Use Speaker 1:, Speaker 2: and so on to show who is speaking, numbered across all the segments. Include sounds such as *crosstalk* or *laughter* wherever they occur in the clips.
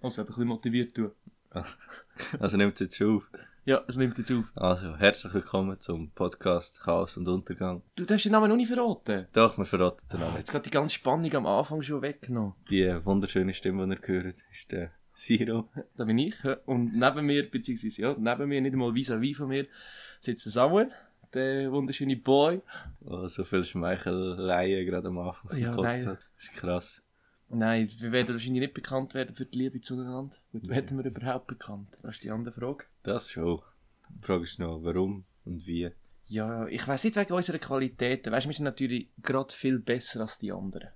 Speaker 1: Also eben ein bisschen motiviert tun.
Speaker 2: *laughs* Also nimmt es jetzt schon auf.
Speaker 1: Ja, es nimmt jetzt auf.
Speaker 2: Also, herzlich willkommen zum Podcast Chaos und Untergang.
Speaker 1: Du, du hast den Namen noch nicht verraten.
Speaker 2: Doch, wir verraten den
Speaker 1: Ah,
Speaker 2: Namen.
Speaker 1: jetzt gerade die ganze Spannung am Anfang schon weggenommen.
Speaker 2: Die äh, wunderschöne Stimme, die ihr gehört, ist der Siro.
Speaker 1: Da bin ich. hä? Und neben mir, beziehungsweise ja, neben mir, nicht einmal vis-à-vis von mir, sitzt der Samuel, der wunderschöne Boy.
Speaker 2: Oh, so viel Schmeicheleien gerade am Anfang. vom
Speaker 1: Ja, nein.
Speaker 2: Podcast. Das ist krass.
Speaker 1: Nein, wir werden wahrscheinlich nicht bekannt werden für die Liebe zueinander. Gut, werden wir überhaupt bekannt? Das ist die andere Frage.
Speaker 2: Das schon. Die Frage ist noch, warum und wie.
Speaker 1: Ja, ich weiß nicht wegen unserer Qualitäten. Weißt du, wir sind natürlich gerade viel besser als die anderen.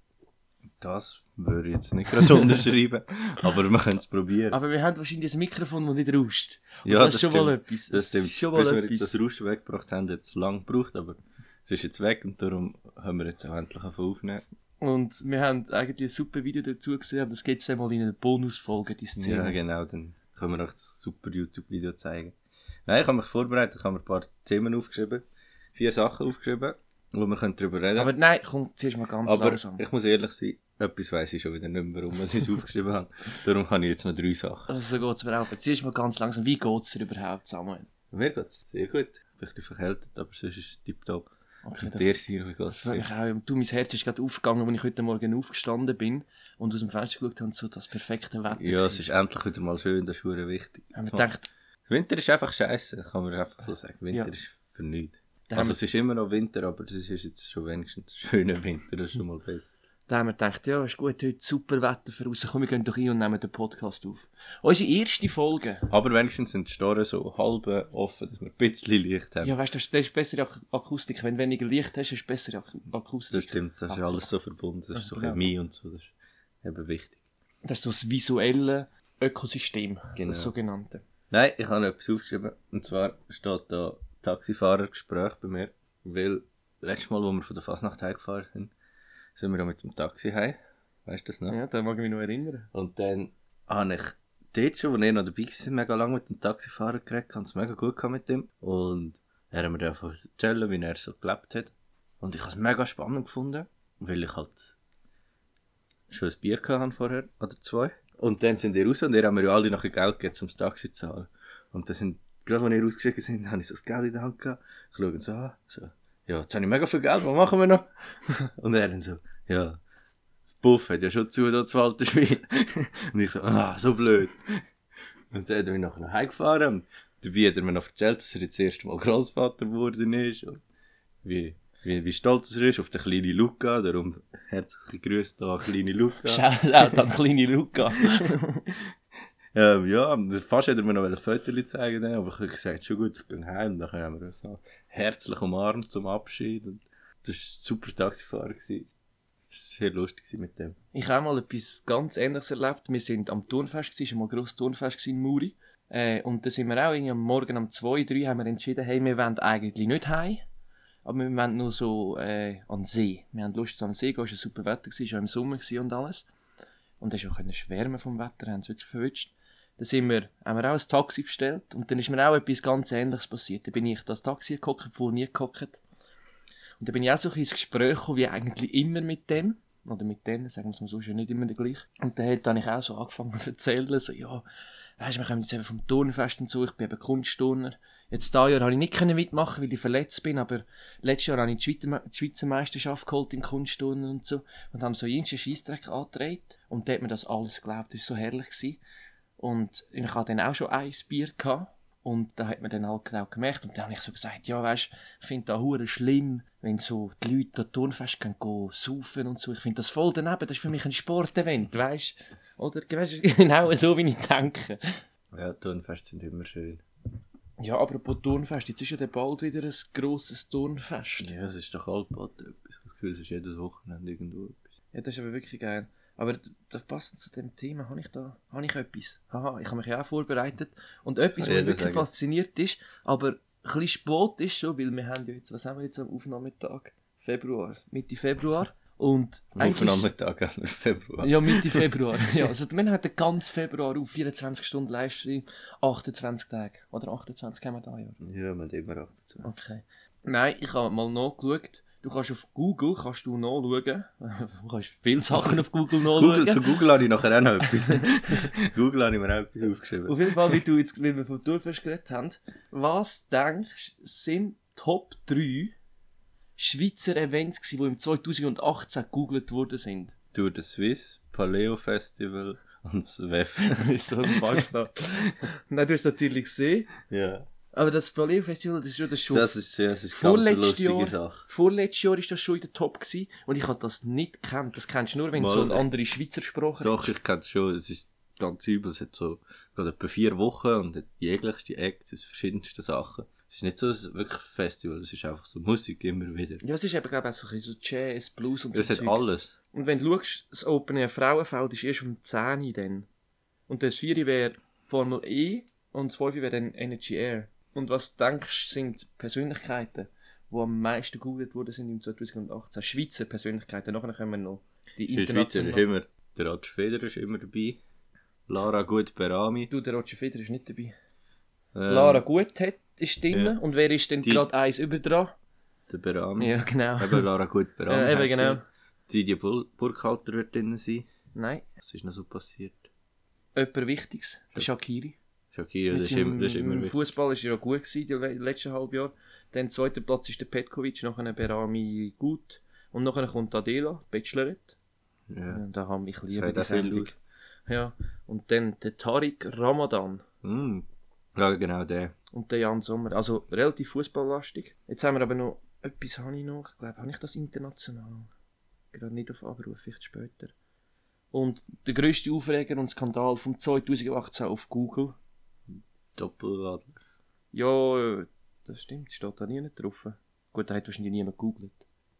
Speaker 2: Das würde ich jetzt
Speaker 1: *laughs*
Speaker 2: nicht gerade unterschreiben, aber wir können es probieren.
Speaker 1: Aber wir haben wahrscheinlich ein Mikrofon, das nicht rauscht. Und
Speaker 2: ja,
Speaker 1: das, ist schon mal etwas.
Speaker 2: Das stimmt.
Speaker 1: ist schon
Speaker 2: Bis
Speaker 1: mal
Speaker 2: wir jetzt
Speaker 1: etwas.
Speaker 2: das Rauschen weggebracht haben, hat es lange gebraucht, aber es ist jetzt weg und darum haben wir jetzt auch endlich angefangen aufnehmen.
Speaker 1: Und wir haben eigentlich ein super Video dazu gesehen, aber das geht es mal in eine Bonusfolge, die Szene.
Speaker 2: Ja, genau, dann können wir euch das super YouTube-Video zeigen. Nein, ich habe mich vorbereitet, ich habe mir ein paar Themen aufgeschrieben, vier Sachen aufgeschrieben, wo wir können darüber reden
Speaker 1: Aber nein, komm, zuerst mal ganz
Speaker 2: Aber
Speaker 1: langsam.
Speaker 2: ich muss ehrlich sein, etwas weiss ich schon wieder nicht mehr, warum ich es *laughs* aufgeschrieben habe. Darum habe ich jetzt noch drei Sachen.
Speaker 1: Also so geht es mir auch. Aber Zuerst mal ganz langsam. Wie geht es dir überhaupt, Samuel?
Speaker 2: Mir geht es sehr gut, ich bin ein bisschen verkältet, aber sonst ist es tiptop.
Speaker 1: Okay,
Speaker 2: Und dir, Siro, wie
Speaker 1: das
Speaker 2: geht's
Speaker 1: freut
Speaker 2: dir?
Speaker 1: mich auch. Du, mein Herz ist gerade aufgegangen, als ich heute Morgen aufgestanden bin und aus dem Fenster geschaut habe und so das perfekte Wetter.
Speaker 2: Ja, es
Speaker 1: war.
Speaker 2: ist endlich wieder mal schön, das ist verdammt wichtig.
Speaker 1: Haben wir gedacht,
Speaker 2: Winter ist einfach scheiße, kann man einfach so sagen. Winter
Speaker 1: Ja.
Speaker 2: ist für nichts.
Speaker 1: da,
Speaker 2: also
Speaker 1: haben wir,
Speaker 2: es ist immer noch Winter, aber es ist jetzt schon wenigstens *laughs* ein schöner Winter, das ist schon mal besser.
Speaker 1: da haben wir gedacht, ja, ist gut, heute super Wetter für raus. Komm, wir gehen doch hin und nehmen den Podcast auf. Unsere erste Folge.
Speaker 2: Aber wenigstens sind die Storen so halb offen, dass wir ein bisschen Licht haben.
Speaker 1: Ja, weißt du, das das ist bessere Ak Akustik. Wenn du weniger Licht hast, ist bessere Ak
Speaker 2: das
Speaker 1: Akustik.
Speaker 2: stimmt, das ist
Speaker 1: Absolut.
Speaker 2: alles so verbunden, das ist so
Speaker 1: Genau.
Speaker 2: Chemie und so, das ist eben wichtig.
Speaker 1: Das ist so das visuelle Ökosystem,
Speaker 2: Genau.
Speaker 1: das sogenannte.
Speaker 2: Nein, ich habe noch etwas aufgeschrieben, und zwar steht da Taxifahrergespräch bei mir, weil letztes Mal, wo wir von der Fasnacht heimgefahren sind, sind wir ja mit dem Taxi heim, weißt du das noch?
Speaker 1: Ja, da mag ich mich noch erinnern.
Speaker 2: Und dann habe ich dort schon, als ich noch dabei war, mega lange mit dem Taxifahrer geredet, habe es mega gut gehabt mit ihm. Und er hat mir dann einfach erzählen, wie er so gelebt hat. Und ich habe es mega spannend gefunden, weil ich halt schon ein Bier gehabt habe vorher oder zwei. Und dann sind wir raus und ihr haben mir ja alle nachher Geld gegeben, um das Taxi zu zahlen. Und dann sind, gerade als wir rausgeschickt sind, habe ich so das Geld in der Hand gehabt. Ich schaue ihn so an, so, ja, jetzt habe ich mega viel Geld, was machen wir noch? *laughs* und er dann so, ja, das Buff hat ja schon zu, da zu alten Schwein. *laughs* und ich so, ah, so blöd. Und dann hat er mich nachher nach Hause gefahren. Und dabei hat er mir noch erzählt, dass er jetzt das erste Mal Großvater geworden ist. Und wie, wie, wie stolz er ist auf den kleinen Luca. Darum herzliche Grüße da, an kleine Luca.
Speaker 1: Shoutout an kleine *laughs* Luca.
Speaker 2: Ähm, ja, fast hätte er mir noch ein Foto zeigen wollen, aber ich habe gesagt, schon gut, ich gehe heim. Dann haben wir uns noch herzlich umarmt zum Abschied. Und das war ein super Taxifahrer. gewesen. Das war sehr lustig gewesen mit dem.
Speaker 1: Ich habe mal etwas ganz Ähnliches erlebt. Wir sind am Turnfest, gewesen, es war mal ein grosses Turnfest gewesen in Muri. Äh, und da sind wir auch irgendwie am Morgen um 2, 3 haben wir entschieden, hey, wir wollen eigentlich nicht heim, aber wir wollen nur so äh, an den See. Wir haben Lust, so an den See zu gehen, es war super Wetter, gewesen, schon im Sommer gewesen und alles. Und da konnte schwärmen vom Wetter, haben es wirklich verwünscht. Da sind wir, haben wir auch ein Taxi bestellt und dann ist mir auch etwas ganz Ähnliches passiert. Da bin ich das Taxi gekocht, wo nie gekocht. Und da bin ich auch so ein bisschen ins Gespräch gekommen, wie eigentlich immer mit dem. Oder mit denen, sagen wir es mal so, ist ja nicht immer der gleiche. Und dann hat dann ich auch so angefangen zu erzählen, so, ja, weisst du, wir kommen jetzt eben vom Turnfest und so, ich bin eben Kunstturner. Jetzt dieses Jahr habe ich nicht können mitmachen, weil ich verletzt bin, aber letztes Jahr habe ich die Schweizer, Me- die Schweizer Meisterschaft geholt im Kunstturnen und so. Und haben so jüngsten Scheissdreck angetreten. Und da hat mir das alles geglaubt, das war so herrlich. Gewesen. Und ich hatte dann auch schon ein Bier gehabt. Und da hat man dann halt genau gemerkt. Und dann habe ich so gesagt, ja, weißt ich finde das hure schlimm, wenn so die Leute an Turnfest gehen, gehen saufen und so. Ich finde das voll daneben, das ist für mich ein Sportevent, weißt Oder weißt, *laughs* genau so, wie ich denke.
Speaker 2: Ja, Turnfest sind immer schön.
Speaker 1: Ja, apropos Turnfest, jetzt ist ja dann bald wieder ein grosses Turnfest.
Speaker 2: Ja, es ist doch alt bald etwas. Ich habe das Gefühl, es ist jedes Wochenende irgendwo etwas.
Speaker 1: Ja, das ist aber wirklich geil. Aber d- das passend zu dem Thema, habe ich da, habe ich etwas? Haha, ich habe mich ja auch vorbereitet. Und etwas,
Speaker 2: Kann
Speaker 1: was mich
Speaker 2: jeder
Speaker 1: wirklich
Speaker 2: sagen.
Speaker 1: fasziniert ist, aber ein bisschen spät ist schon, weil wir haben ja jetzt, was haben wir jetzt am Aufnahmetag? Februar, Mitte Februar. Und eigentlich-
Speaker 2: Aufnahmetag Ende Februar.
Speaker 1: Ja, Mitte Februar. ja, also wir haben den ganzen Februar auf 24 Stunden Livestream, 28 Tage. Oder 28 haben wir da, ja.
Speaker 2: Ja, wir haben immer 28.
Speaker 1: Okay. Nein, ich habe mal nachgeschaut. Du kannst auf Google kannst du nachschauen. *laughs* Du kannst viele Sachen auf Google
Speaker 2: Google,
Speaker 1: nachschauen.
Speaker 2: zu Google habe ich nachher auch noch etwas. *laughs* Google habe ich mir auch etwas aufgeschrieben.
Speaker 1: auf jeden Fall, wie, du jetzt, wie wir vom Tourfest geredet haben, was denkst du, sind Top 3 Schweizer Events gewesen, die im 2018 gegoogelt worden
Speaker 2: *laughs*
Speaker 1: sind?
Speaker 2: Tour de Suisse, Paleo Festival und das WEF.
Speaker 1: ist so ein Falschname. *laughs* Nein, du hast natürlich gesehen.
Speaker 2: ja.
Speaker 1: Aber das Paleo Festival, das ist ja das schon.
Speaker 2: Das ist, das ist ganz eine
Speaker 1: Vorletztes
Speaker 2: lustige
Speaker 1: Jahr,
Speaker 2: Sache.
Speaker 1: vorletztes Jahr ist das schon in der Top gewesen, und ich habe das nicht gekannt. Das kennst du nur, wenn du
Speaker 2: Mal.
Speaker 1: so eine andere Schweizer Sprache
Speaker 2: Doch,
Speaker 1: redest.
Speaker 2: ich kenne es schon. Es ist ganz übel. Es hat so gerade etwa vier Wochen und hat jeglichste Acts aus verschiedensten Sachen. Es ist nicht so ein wirklich Festival, es ist einfach so Musik immer wieder.
Speaker 1: Ja, es ist eben, glaube ich, auch so, ein bisschen so Jazz, Blues und so.
Speaker 2: Es hat
Speaker 1: Zeug.
Speaker 2: alles.
Speaker 1: Und wenn du schaust, das Open Air Frauenfeld ist erst um 10 Uhr dann. Und das 4 wäre Formel E und das 5 wäre dann Energy Air. Und was denkst du, sind Persönlichkeiten, die am meisten gegoogelt worden sind im 2018? Schweizer Persönlichkeiten, nachher kommen wir noch. Die
Speaker 2: In Schweizer ist
Speaker 1: internationalen.
Speaker 2: immer, der Roger Federer ist immer dabei. Lara Gut Berami.
Speaker 1: Du, der Roger Federer ist nicht dabei.
Speaker 2: Ähm,
Speaker 1: Lara Guthett ist drin.
Speaker 2: ja.
Speaker 1: Und wer ist denn
Speaker 2: Die-
Speaker 1: gerade eins über dran?
Speaker 2: Der Berami.
Speaker 1: Ja, genau.
Speaker 2: Eben Lara Gut Berami.
Speaker 1: *laughs* Ja, eben
Speaker 2: heisst sie.
Speaker 1: genau.
Speaker 2: Didier Bur Burkhalter wird drin sein.
Speaker 1: Nein,
Speaker 2: Was ist noch so passiert?
Speaker 1: jemand Wichtiges. Der Shakiri.
Speaker 2: Shakira, das ist immer, das ist immer wichtig.
Speaker 1: Fußball war ja gut gewesen, die le- letzten halb Jahr. Dann zweiter Platz ist der Petkovic, nachher Berami gut. Und nachher kommt Adela, Bachelorette.
Speaker 2: Ja.
Speaker 1: Und da haben ich liebe
Speaker 2: sagt
Speaker 1: die
Speaker 2: auch viel
Speaker 1: Sendung.
Speaker 2: aus.
Speaker 1: Ja. Und dann der Tarik Ramadan
Speaker 2: Mm. ja, genau der.
Speaker 1: und der Jan Sommer. Also relativ fußballlastig. Jetzt haben wir aber noch etwas habe ich noch. Ich glaube, habe ich das international? Gerade nicht auf Abruf, vielleicht später. Und der grösste Aufreger und Skandal vom 2018 auf Google.
Speaker 2: Doppelradler.
Speaker 1: Ja, äh, das stimmt, steht da nie nicht drauf. Gut, da hat wahrscheinlich niemand gegoogelt.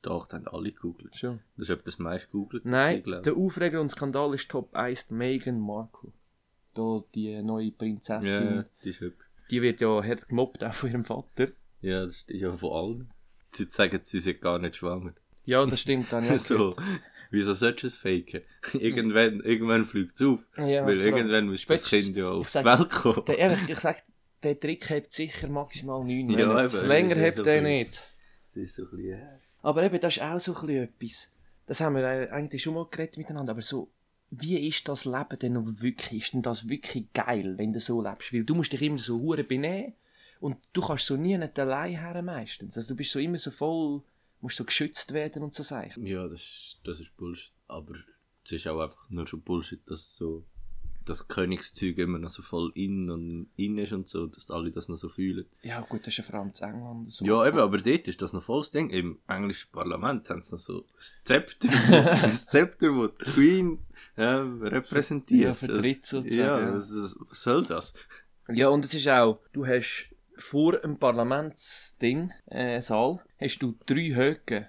Speaker 2: Doch, da haben alle gegoogelt.
Speaker 1: Schon.
Speaker 2: Das ist etwas meist gegoogelt.
Speaker 1: Nein,
Speaker 2: glaube
Speaker 1: der Aufreger und Skandal ist Top 1 Meghan Markle. Da die neue
Speaker 2: ich.
Speaker 1: Prinzessin,
Speaker 2: Ja, die ist hübsch.
Speaker 1: die wird ja hart gemobbt, auch von ihrem Vater.
Speaker 2: Ja, das ist ja von allen. Sie sagen, sie sind gar nicht schwanger.
Speaker 1: Ja, das stimmt dann ja.
Speaker 2: *laughs* so, wieso solltest du es faken? *laughs* irgendwann irgendwann fliegt es auf.
Speaker 1: ja
Speaker 2: weil
Speaker 1: vor allem-
Speaker 2: irgendwann muss das
Speaker 1: Spätestens-
Speaker 2: Kind ja auf
Speaker 1: ich
Speaker 2: die
Speaker 1: sag- *laughs*
Speaker 2: Welt kommen.
Speaker 1: Der, ehrlich gesagt, der Trick hat sicher maximal 9
Speaker 2: Ja,
Speaker 1: Monate.
Speaker 2: eben,
Speaker 1: Länger
Speaker 2: das ist ja
Speaker 1: hat
Speaker 2: so
Speaker 1: der
Speaker 2: viel.
Speaker 1: nicht.
Speaker 2: Das ist so ein bisschen...
Speaker 1: Aber eben, das ist auch so ein bisschen etwas. Das haben wir äh, eigentlich schon mal geredet miteinander, aber so, wie ist das Leben denn noch wirklich? Ist denn das wirklich geil, wenn du so lebst? Weil du musst dich immer so hure benehmen und du kannst so nie nicht allein her meistens. Also du bist so immer so voll, musst so geschützt werden und so Sachen.
Speaker 2: Ja, das ist, das ist Bullshit. Aber es ist auch einfach nur schon Bullshit, dass so das Königszeug immer noch so voll in und in ist und so, dass alle das noch so fühlen.
Speaker 1: Ja gut, das ist ja vor allem in England so.
Speaker 2: Ja, eben, aber dort ist das noch voll das Ding. Im englischen Parlament haben sie noch so ein
Speaker 1: *laughs*
Speaker 2: Zepter, ein Zepter, wo die Queen ähm, repräsentiert.
Speaker 1: Ja, vertritt
Speaker 2: Das-
Speaker 1: sozusagen.
Speaker 2: Ja, was, was was soll das?
Speaker 1: Ja, und es ist auch, du hast vor einem Parlamentsding, äh, Saal, hast du drei Höcke.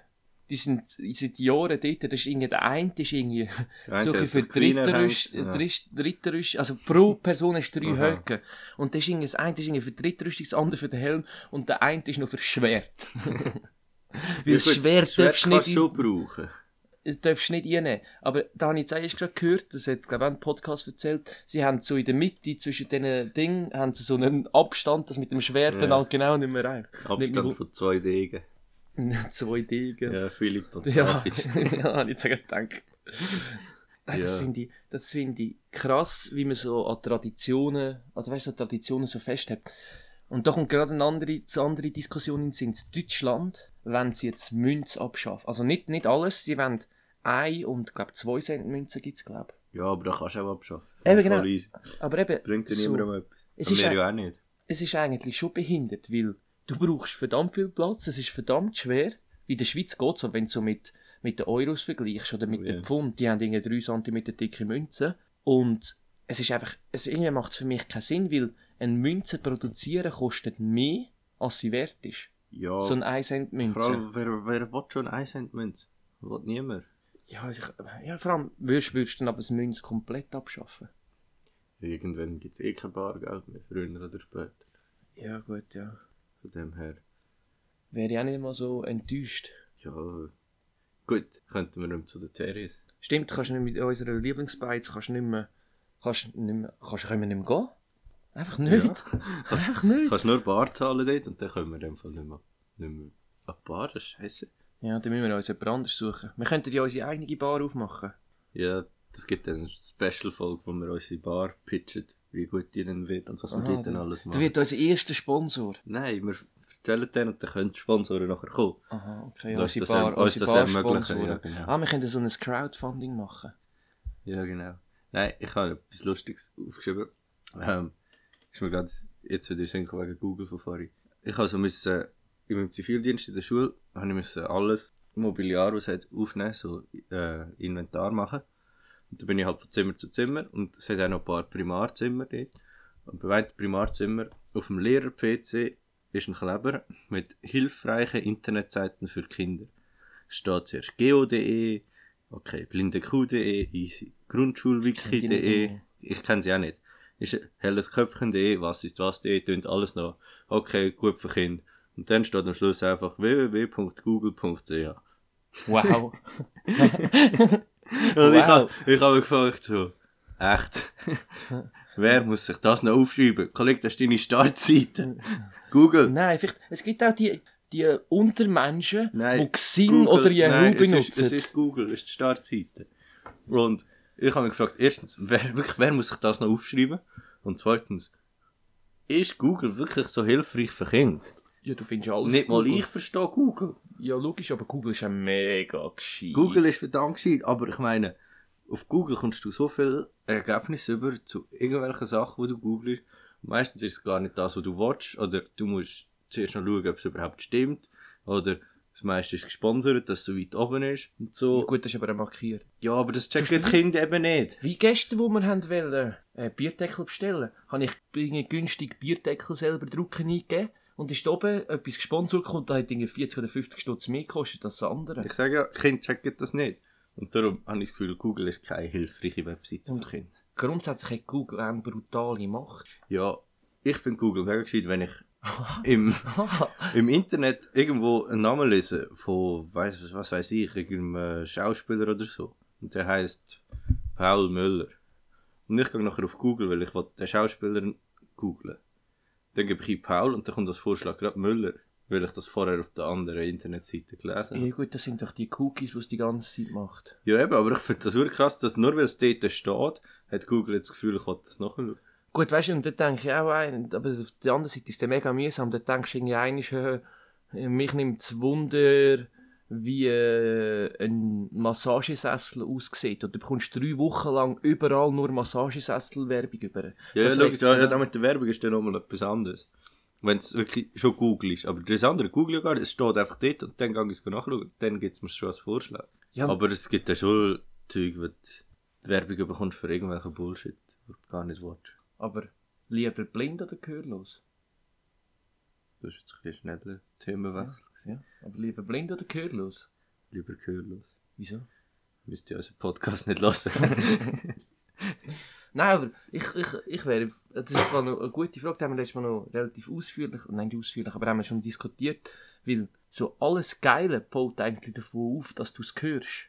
Speaker 1: Die sind seit Jahren dort, das ist irgendwie, der eine ist irgendwie so ein bisschen für Dritterisch,
Speaker 2: ja.
Speaker 1: Dritt- Dritterisch, also pro Person hast du drei
Speaker 2: Aha.
Speaker 1: Höcke. Und das ist irgendwie, das eine ist irgendwie für die Drittrüstung, das andere für den Helm und der eine ist noch für das Schwert. *laughs* Weil das Schwert, darfst du
Speaker 2: kannst
Speaker 1: nicht,
Speaker 2: du
Speaker 1: in-
Speaker 2: schon brauchen.
Speaker 1: darfst du nicht einnehmen. Aber da habe ich zuerst gerade gehört, das hat, glaube ich, auch ein Podcast erzählt, sie haben so in der Mitte zwischen diesen Dingen haben sie so einen Abstand, das mit dem Schwert
Speaker 2: Ja.
Speaker 1: dann halt genau nicht mehr rein. Nicht mehr-
Speaker 2: Abstand von zwei Degen.
Speaker 1: *laughs* Zwei Degen.
Speaker 2: Ja, Philipp und
Speaker 1: Ja,
Speaker 2: David.
Speaker 1: ja habe ich jetzt gedacht. Nein, Das
Speaker 2: Ja.
Speaker 1: finde ich, das finde ich krass, wie man so an Traditionen, also weißt du, an Traditionen so festhält. Und da kommt gerade eine andere, eine andere Diskussion in den Sinn. In Deutschland wollen sie jetzt Münze abschaffen. Also nicht, nicht alles, sie wollen ein und glaube zwei Cent Münze gibt es, glaube
Speaker 2: Ja, aber da kannst du auch abschaffen.
Speaker 1: Eben, genau.
Speaker 2: Voll easy.
Speaker 1: ich. Aber eben,
Speaker 2: Bringt dir
Speaker 1: so,
Speaker 2: niemandem etwas.
Speaker 1: es
Speaker 2: Und
Speaker 1: ist
Speaker 2: mir
Speaker 1: ein-
Speaker 2: ja auch nicht.
Speaker 1: es ist eigentlich schon behindert, weil du brauchst verdammt viel Platz, es ist verdammt schwer. In der Schweiz geht es, wenn du so mit, mit den Euros vergleichst oder mit
Speaker 2: Ja.
Speaker 1: dem Pfund, die haben irgendwie 3 cm dicke Münzen. Und es ist einfach, es irgendwie macht es für mich keinen Sinn, weil eine Münze produzieren kostet mehr, als sie wert ist.
Speaker 2: Ja,
Speaker 1: So eine 1 Cent
Speaker 2: vor
Speaker 1: Münze.
Speaker 2: allem, wer, wer will schon 1 Cent Münze? Will niemand.
Speaker 1: Ja, also ich, ja, vor allem würdest würdest du dann aber das Münze komplett abschaffen.
Speaker 2: Irgendwann gibt es eh kein Bargeld mehr, früher oder später.
Speaker 1: Ja, gut, ja.
Speaker 2: Von dem her,
Speaker 1: Wäre ich auch nicht mal so enttäuscht.
Speaker 2: ja. Gut, könnten wir nicht zu den Terries.
Speaker 1: Stimmt, kannst nicht mit unseren Lieblingsbeiz kannst nicht mehr, kannst nicht mehr, kannst, können wir nicht mehr gehen? Einfach nicht. *laughs* Einfach
Speaker 2: Du
Speaker 1: nicht.
Speaker 2: kannst nur Bar zahlen dort und dann können wir in dem Fall nicht mehr. Nicht mehr. Ach, Bar, das ist scheiße.
Speaker 1: Ja, dann müssen wir uns jemand anderes suchen. Wir könnten ja unsere eigene Bar aufmachen.
Speaker 2: Ja, das gibt dann eine Special-Folge, wo wir unsere Bar pitchen, wie gut die denn wird und was wir
Speaker 1: Aha,
Speaker 2: dort dann alles
Speaker 1: Ah, Du
Speaker 2: machen.
Speaker 1: wird unser erster Sponsor.
Speaker 2: Nein, wir erzählen denen und dann können die Sponsoren nachher kommen.
Speaker 1: Aha, okay.
Speaker 2: Das
Speaker 1: unsere
Speaker 2: ist das
Speaker 1: Bar,
Speaker 2: erm-
Speaker 1: unsere
Speaker 2: das
Speaker 1: Bar
Speaker 2: ermöglichen,
Speaker 1: Sponsoren.
Speaker 2: ja, genau.
Speaker 1: Ah, wir könnten so ein Crowdfunding machen.
Speaker 2: Ja, genau. Nein, ich habe etwas Lustiges aufgeschrieben. Ähm, ist mir gerade jetzt wieder Sinn gekommen wegen Google von vorhin. Ich also müssen, in meinem Zivildienst in der Schule, habe ich müssen alles Mobiliar, was hat, aufnehmen, so äh, Inventar machen. Und dann bin ich halt von Zimmer zu Zimmer und es hat auch noch ein paar Primarzimmer dort. Und bei einem Primarzimmer auf dem Lehrer-PC ist ein Kleber mit hilfreichen Internetseiten für Kinder. Steht zuerst geo.de, E, okay, blindeq.de, E, easy,
Speaker 1: Kenn ich nicht
Speaker 2: grundschulwiki.de,
Speaker 1: mehr.
Speaker 2: ich kenne sie auch nicht. Ist hellesköpfchen.de, E, was ist was.de, tönt alles noch, okay, gut für Kinder. Und dann steht am Schluss einfach www.google.ch.
Speaker 1: Wow.
Speaker 2: Und
Speaker 1: Wow.
Speaker 2: Also, ich habe ich hab mich gefragt, so, echt, *laughs* wer muss sich das noch aufschreiben? Kollege, das ist deine Startseite.
Speaker 1: *laughs* *laughs*
Speaker 2: Google.
Speaker 1: Nein, vielleicht, es gibt auch die, die Untermenschen,
Speaker 2: Nein,
Speaker 1: die Xing
Speaker 2: Google.
Speaker 1: oder Yahoo
Speaker 2: Nein, es
Speaker 1: benutzen.
Speaker 2: ist, es ist Google, es ist die Startseite. Und ich habe mich gefragt, erstens, wer, wirklich, wer muss sich das noch aufschreiben? Und zweitens, ist Google wirklich so hilfreich für Kinder?
Speaker 1: ja, du findest alles.
Speaker 2: Nicht mal
Speaker 1: Google.
Speaker 2: ich verstehe Google.
Speaker 1: Ja, logisch, aber Google ist ja mega gescheit.
Speaker 2: Google ist verdammt gescheit, aber ich meine, auf Google kommst du so viele Ergebnisse über zu irgendwelchen Sachen, die du googelst. Meistens ist es gar nicht das, was du willst, oder du musst zuerst noch schauen, ob es überhaupt stimmt, oder das meiste ist gesponsert, dass es so weit oben ist und
Speaker 1: Ja,
Speaker 2: so.
Speaker 1: gut, das ist aber auch markiert.
Speaker 2: Ja, aber das checken
Speaker 1: Zum
Speaker 2: die Kinder eben nicht.
Speaker 1: Wie gestern, wo wir haben wollen, äh, Bierdeckel bestellen, habe ich irgendwie günstig Bierdeckel selber drucken eingegeben und ist oben etwas gesponsert und da hat irgendwie 40 oder 50 Stutz mehr gekostet als das andere.
Speaker 2: Ich sage ja, die Kinder checken das nicht. Und darum habe ich das Gefühl, Google ist keine hilfreiche Webseite
Speaker 1: Und-
Speaker 2: für Kinder.
Speaker 1: Grundsätzlich hat Google eine brutale Macht.
Speaker 2: Ja, ich finde Google mega gescheit, wenn ich im...
Speaker 1: Haha,
Speaker 2: im Internet irgendwo einen Namen lesen von, weiß, was weiß ich, irgendeinem äh, Schauspieler oder so. Und der heißt Paul Müller. Und ich gehe nachher auf Google, weil ich will den Schauspieler googlen. Dann gebe ich ein Paul und dann kommt als Vorschlag gerade Müller, weil ich das vorher auf der anderen Internetseite gelesen
Speaker 1: ja
Speaker 2: habe.
Speaker 1: gut, das sind doch die Cookies, die es die ganze Zeit macht.
Speaker 2: Ja, eben, aber ich finde das wirklich krass, dass nur weil es dort steht, hat Google jetzt das Gefühl, ich will das nachschauen.
Speaker 1: Gut, weißt du, und da denke ich auch ein, aber auf der anderen Seite ist der mega mühsam, da denkst du irgendwie einmal, äh, mich nimmt das Wunder, wie äh, ein Massagesessel aussieht. Und du bekommst drei Wochen lang überall nur Massagesessel-Werbung über.
Speaker 2: Ja,
Speaker 1: Das
Speaker 2: ja, logisch,
Speaker 1: regt-
Speaker 2: ja, ja, da mit der Werbung ist dann nochmal etwas anderes. Wenn es wirklich schon Google ist. Aber das andere Google ja gar nicht, es steht einfach dort und dann kann ich es nachschauen. Dann gibt es mir schon als Vorschlag.
Speaker 1: Ja,
Speaker 2: Aber es gibt ja schon Zeug, wo du die Werbung bekommst für irgendwelchen Bullshit, was du gar nicht willst.
Speaker 1: aber lieber blind oder gehörlos?
Speaker 2: Du hast jetzt ein bisschen schneller Themenwechsel.
Speaker 1: Ja, aber lieber blind oder gehörlos?
Speaker 2: Lieber gehörlos.
Speaker 1: Wieso?
Speaker 2: Müsst ihr unseren Podcast nicht lassen. *laughs*
Speaker 1: Nein, aber ich, ich, ich wäre. Das ist zwar noch eine gute Frage, die haben wir letztes Mal noch relativ ausführlich, nein, nicht ausführlich, aber haben wir schon diskutiert, weil so alles Geile baut eigentlich davon auf, dass du es hörst.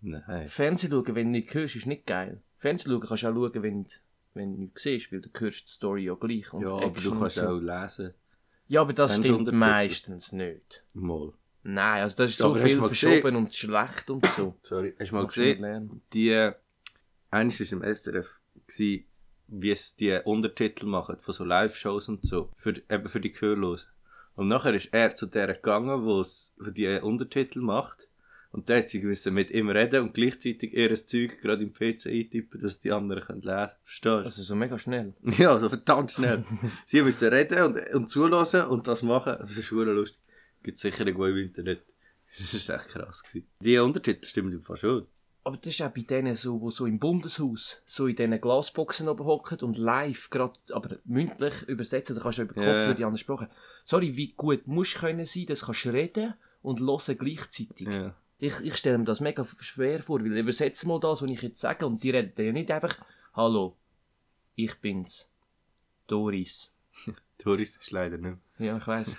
Speaker 2: Nein.
Speaker 1: Fernsehen schauen, wenn du nicht hörst, ist nicht geil. Fernsehen schauen kannst du auch schauen, wenn, du- wenn du nichts siehst, weil du hörst die Story ja gleich. und
Speaker 2: Ja, aber
Speaker 1: Action
Speaker 2: du
Speaker 1: und
Speaker 2: kannst
Speaker 1: so.
Speaker 2: auch lesen.
Speaker 1: Ja, aber das
Speaker 2: wenn du
Speaker 1: stimmt
Speaker 2: untertitelt.
Speaker 1: meistens nicht.
Speaker 2: Mal.
Speaker 1: Nein, also das ist
Speaker 2: dus. Ja,
Speaker 1: so
Speaker 2: aber hast
Speaker 1: viel
Speaker 2: du mal
Speaker 1: verschoben
Speaker 2: gesehen?
Speaker 1: und schlecht und so.
Speaker 2: Sorry. Hast du mal
Speaker 1: Machst du nicht
Speaker 2: gesehen?
Speaker 1: lernen.
Speaker 2: die äh, eines ist im SRF gsi wie es die Untertitel machen von so Live-Shows und so für eben für die Gehörlosen und nachher ist er zu der gegangen wo's wo die Untertitel macht und der hat sie müssen mit ihm reden und gleichzeitig ihr Zeug gerade im PC eintippen dass die anderen können lesen verstehst
Speaker 1: Also so mega schnell.
Speaker 2: du *laughs* ja so verdammt schnell *laughs* sie müssen reden und, und zulassen und das machen das ist hure lustig gibt sicher irgendwo im Internet *laughs* das ist echt krass gewesen. die Untertitel stimmen im Fall schon
Speaker 1: Aber das ist auch bei denen so, die so im Bundeshaus, so in diesen Glasboxen oben hocken und live, gerade, aber mündlich übersetzen, da kannst du ja über
Speaker 2: Ja.
Speaker 1: Kopfhörer die andere Sprache. Sorry, wie gut musst du können sein, das kannst du reden und hören gleichzeitig.
Speaker 2: ja
Speaker 1: Ich, ich stelle mir das mega f- schwer vor, weil übersetze mal das, was ich jetzt sage und die reden ja nicht einfach, hallo, ich bin's, Doris.
Speaker 2: Tourist ist leider nicht
Speaker 1: Ja, ich
Speaker 2: *laughs*
Speaker 1: weiss.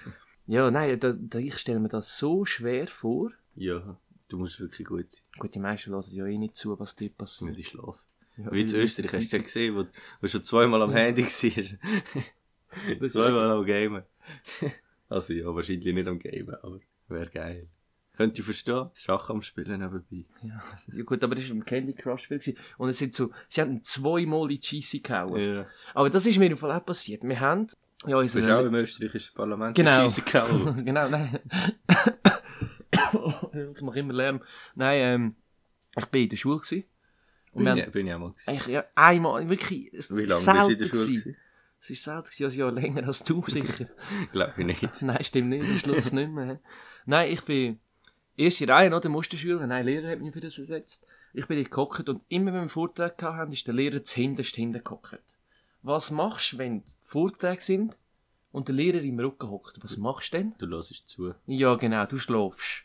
Speaker 1: ja, nein, da, da, ich stelle mir das so schwer vor.
Speaker 2: Ja, du musst wirklich gut sein,
Speaker 1: Gut, die meisten hören ja eh nicht zu, was dort
Speaker 2: damit
Speaker 1: passiert.
Speaker 2: ich schlafe.
Speaker 1: Ja,
Speaker 2: Wie in
Speaker 1: weil-
Speaker 2: Österreich, hast du ja gesehen, wo, wo schon zweimal am Handy warst.
Speaker 1: *laughs* Das ist
Speaker 2: zweimal am Gamen. also ja, wahrscheinlich nicht am Gamen, aber wäre geil. Könnte ich verstehen. Schach am Spielen nebenbei.
Speaker 1: Ja gut, aber das war im Candy Crush Spiel. gewesen. Und es sind so, sie haben zweimal in die Scheisse gehauen.
Speaker 2: Ja.
Speaker 1: Aber das ist mir im Fall auch passiert. Wir haben... Ja,
Speaker 2: Du bist auch im österreichischen Parlament
Speaker 1: Genau.
Speaker 2: in die Scheisse
Speaker 1: *laughs*
Speaker 2: gehauen.
Speaker 1: genau, nein. ich mache immer Lärm. Nein, ähm, ich war in der Schule. Gewesen. Und wir
Speaker 2: bin, ich,
Speaker 1: haben
Speaker 2: bin ich auch mal gewesen.
Speaker 1: eigentlich ja, einmal, wirklich, es
Speaker 2: Wie
Speaker 1: war
Speaker 2: lange bist du in
Speaker 1: selten.
Speaker 2: der Schule?
Speaker 1: gewesen.
Speaker 2: gewesen?
Speaker 1: Es war selten, gewesen, also ja länger als du sicher.
Speaker 2: Glaube ich nicht.
Speaker 1: Nein, stimmt nicht, am Schluss nicht mehr. hä? Nein, ich bin erste Reihe, oder? Musterschüler. Nein, Lehrer hat mich für das ersetzt. Ich bin dort gehockt und immer, wenn wir Vorträge gehabt haben, ist der Lehrer zuhinterst hinten gehockt. Was machst du, wenn Vorträge sind und der Lehrer im Rücken hockt? Was machst du denn?
Speaker 2: Du hörst zu.
Speaker 1: Ja, genau, du schlafst.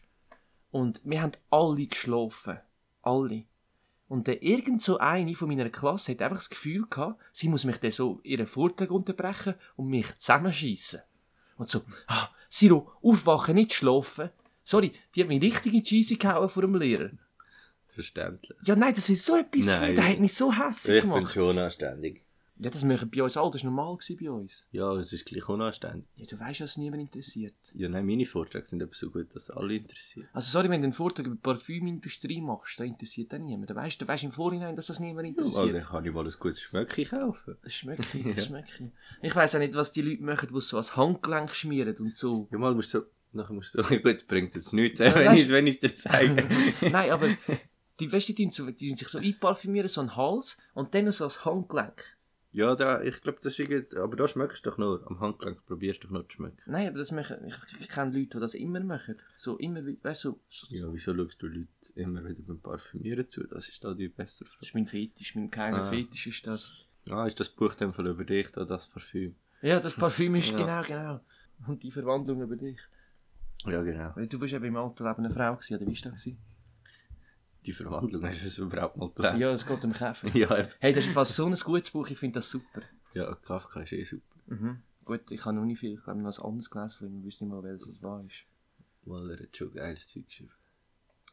Speaker 1: Und wir haben alle geschlafen. Alle. Und dann irgend so eine von meiner Klasse hat einfach das Gefühl gehabt, sie muss mich dann so ihren Vortrag unterbrechen und mich zusammenschiessen. Und so, ah, Siro, aufwachen, nicht schlafen. Sorry, die hat mich richtig in die Scheisse gehauen vor dem Lehrer.
Speaker 2: Verständlich.
Speaker 1: Ja, nein, das ist so etwas,
Speaker 2: Nein.
Speaker 1: nein. der hat mich so hässlich
Speaker 2: Ich bin
Speaker 1: gemacht.
Speaker 2: schon anständig.
Speaker 1: Ja, das machen bei uns alle, das war normal gewesen bei uns.
Speaker 2: Ja, es ist gleich unanständig.
Speaker 1: Ja, du weißt, dass es niemand interessiert.
Speaker 2: Ja, nein, meine Vorträge sind eben so gut, dass alle interessiert.
Speaker 1: Also sorry, wenn du einen Vortrag über die Parfümindustrie machst, da interessiert auch niemand. Da weißt du weißt im Vorhinein, dass das niemand
Speaker 2: Ja, mal, dann
Speaker 1: interessiert.
Speaker 2: kann ich mal ein gutes Schmöckchen kaufen.
Speaker 1: Das schmeckt, das
Speaker 2: *laughs* Ja.
Speaker 1: schmeckt. Ich weiss auch nicht, was die Leute machen, die es so als Handgelenk schmieren und so.
Speaker 2: *laughs* Ja, mal musst du so... Nachher musst du so... *laughs* Gut, bringt jetzt nichts,
Speaker 1: Ja,
Speaker 2: *laughs* wenn
Speaker 1: weißt-
Speaker 2: ich wenn ich's dir zeige.
Speaker 1: *laughs* Nein, aber die weißt du, die tun so, die tun sich so einparfümieren, so einen Hals und dann noch so als Handgelenk.
Speaker 2: ja, da, ich glaube, das ist... irgend- Aber da schmeckst du doch nur. Am Handgelenk probierst du doch nur zu schmecken.
Speaker 1: Nein, aber das machen, ich, ich kenne Leute, die das immer machen. So immer, wie- weißt du, so, so,
Speaker 2: Ja, wieso schaust du Leute immer wieder beim Parfümieren zu? Das ist da die bessere
Speaker 1: das
Speaker 2: Frage.
Speaker 1: ist mein Fetisch, mein geheimer
Speaker 2: Ah.
Speaker 1: Fetisch ist das.
Speaker 2: Ah, ist das Buch dann von über dich, da das Parfüm?
Speaker 1: Ja, das Parfüm ist
Speaker 2: *laughs*
Speaker 1: genau,
Speaker 2: Ja.
Speaker 1: genau. Und die Verwandlung über dich.
Speaker 2: Ja, genau.
Speaker 1: Weil Du bist eben im alten Leben eine Frau gewesen, oder wie ist das gewesen?
Speaker 2: Die Verwandlung, hast du es überhaupt mal gelesen?
Speaker 1: Ja, es geht um Käfer.
Speaker 2: *laughs* Ja, eben.
Speaker 1: Hey, das ist fast so ein gutes Buch, ich finde das super.
Speaker 2: ja Kafka ist eh super.
Speaker 1: Gut, ich habe noch nicht viel, ich glaube, noch was anderes gelesen von ihm, ich weiß nicht mal, welches es war. Ist.
Speaker 2: Weil er hat schon geiles Zeug geschrieben.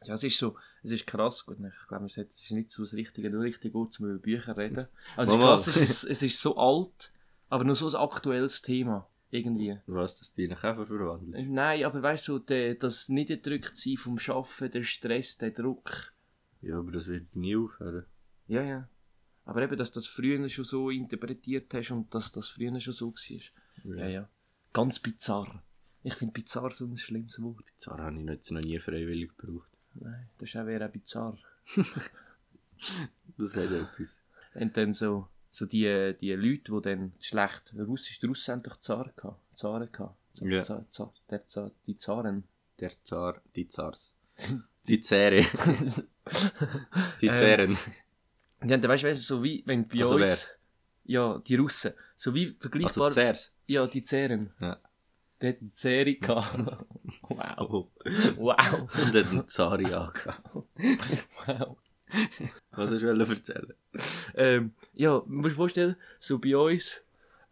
Speaker 1: Ja, es ist so, es ist krass, gut, ich glaube, es hat- es ist nicht so das Richtige, nur richtig gut, um über Bücher zu reden. Also
Speaker 2: Mama.
Speaker 1: krass, es ist, es ist so alt, aber nur so ein aktuelles Thema, irgendwie.
Speaker 2: Was, dass du deinen Käfer verwandelt?
Speaker 1: Nein, aber weißt du, der, das Niederdrücktsein vom Schaffen, der Stress, der Druck,
Speaker 2: Ja, aber das wird nie aufhören.
Speaker 1: ja, ja. Aber eben, dass du das früher schon so interpretiert hast und dass das früher schon so war. Ja, ja. Ganz bizarr. Ich finde bizarr so ein schlimmes Wort.
Speaker 2: Zwar habe ich jetzt noch nie freiwillig gebraucht.
Speaker 1: Nein, das ist auch eher bizarr.
Speaker 2: Das hat etwas.
Speaker 1: Und dann so, so die, die Leute, die dann schlecht Russisch, die Russen haben doch Zaren gehabt. Zaren gehabt. Z-
Speaker 2: Ja.
Speaker 1: Z- Z- der Zar, die Zaren.
Speaker 2: Der Zar, die Zars. Die Zähre. die
Speaker 1: Ähm,
Speaker 2: Zähren.
Speaker 1: Die haben dann, weißt du, weißt du, so wie, wenn bei
Speaker 2: Also
Speaker 1: uns...
Speaker 2: wer?
Speaker 1: Ja, die Russen. So wie
Speaker 2: also
Speaker 1: vergleichbar...
Speaker 2: Zährs.
Speaker 1: ja, die Zähren.
Speaker 2: Ja.
Speaker 1: Die hatten Zähre gehabt. *laughs* wow.
Speaker 2: Oh.
Speaker 1: Wow.
Speaker 2: Und hat einen Zari angehabt.
Speaker 1: Wow.
Speaker 2: Was hast du wollen erzählen?
Speaker 1: Ähm, ja, man muss vorstellen, so bei uns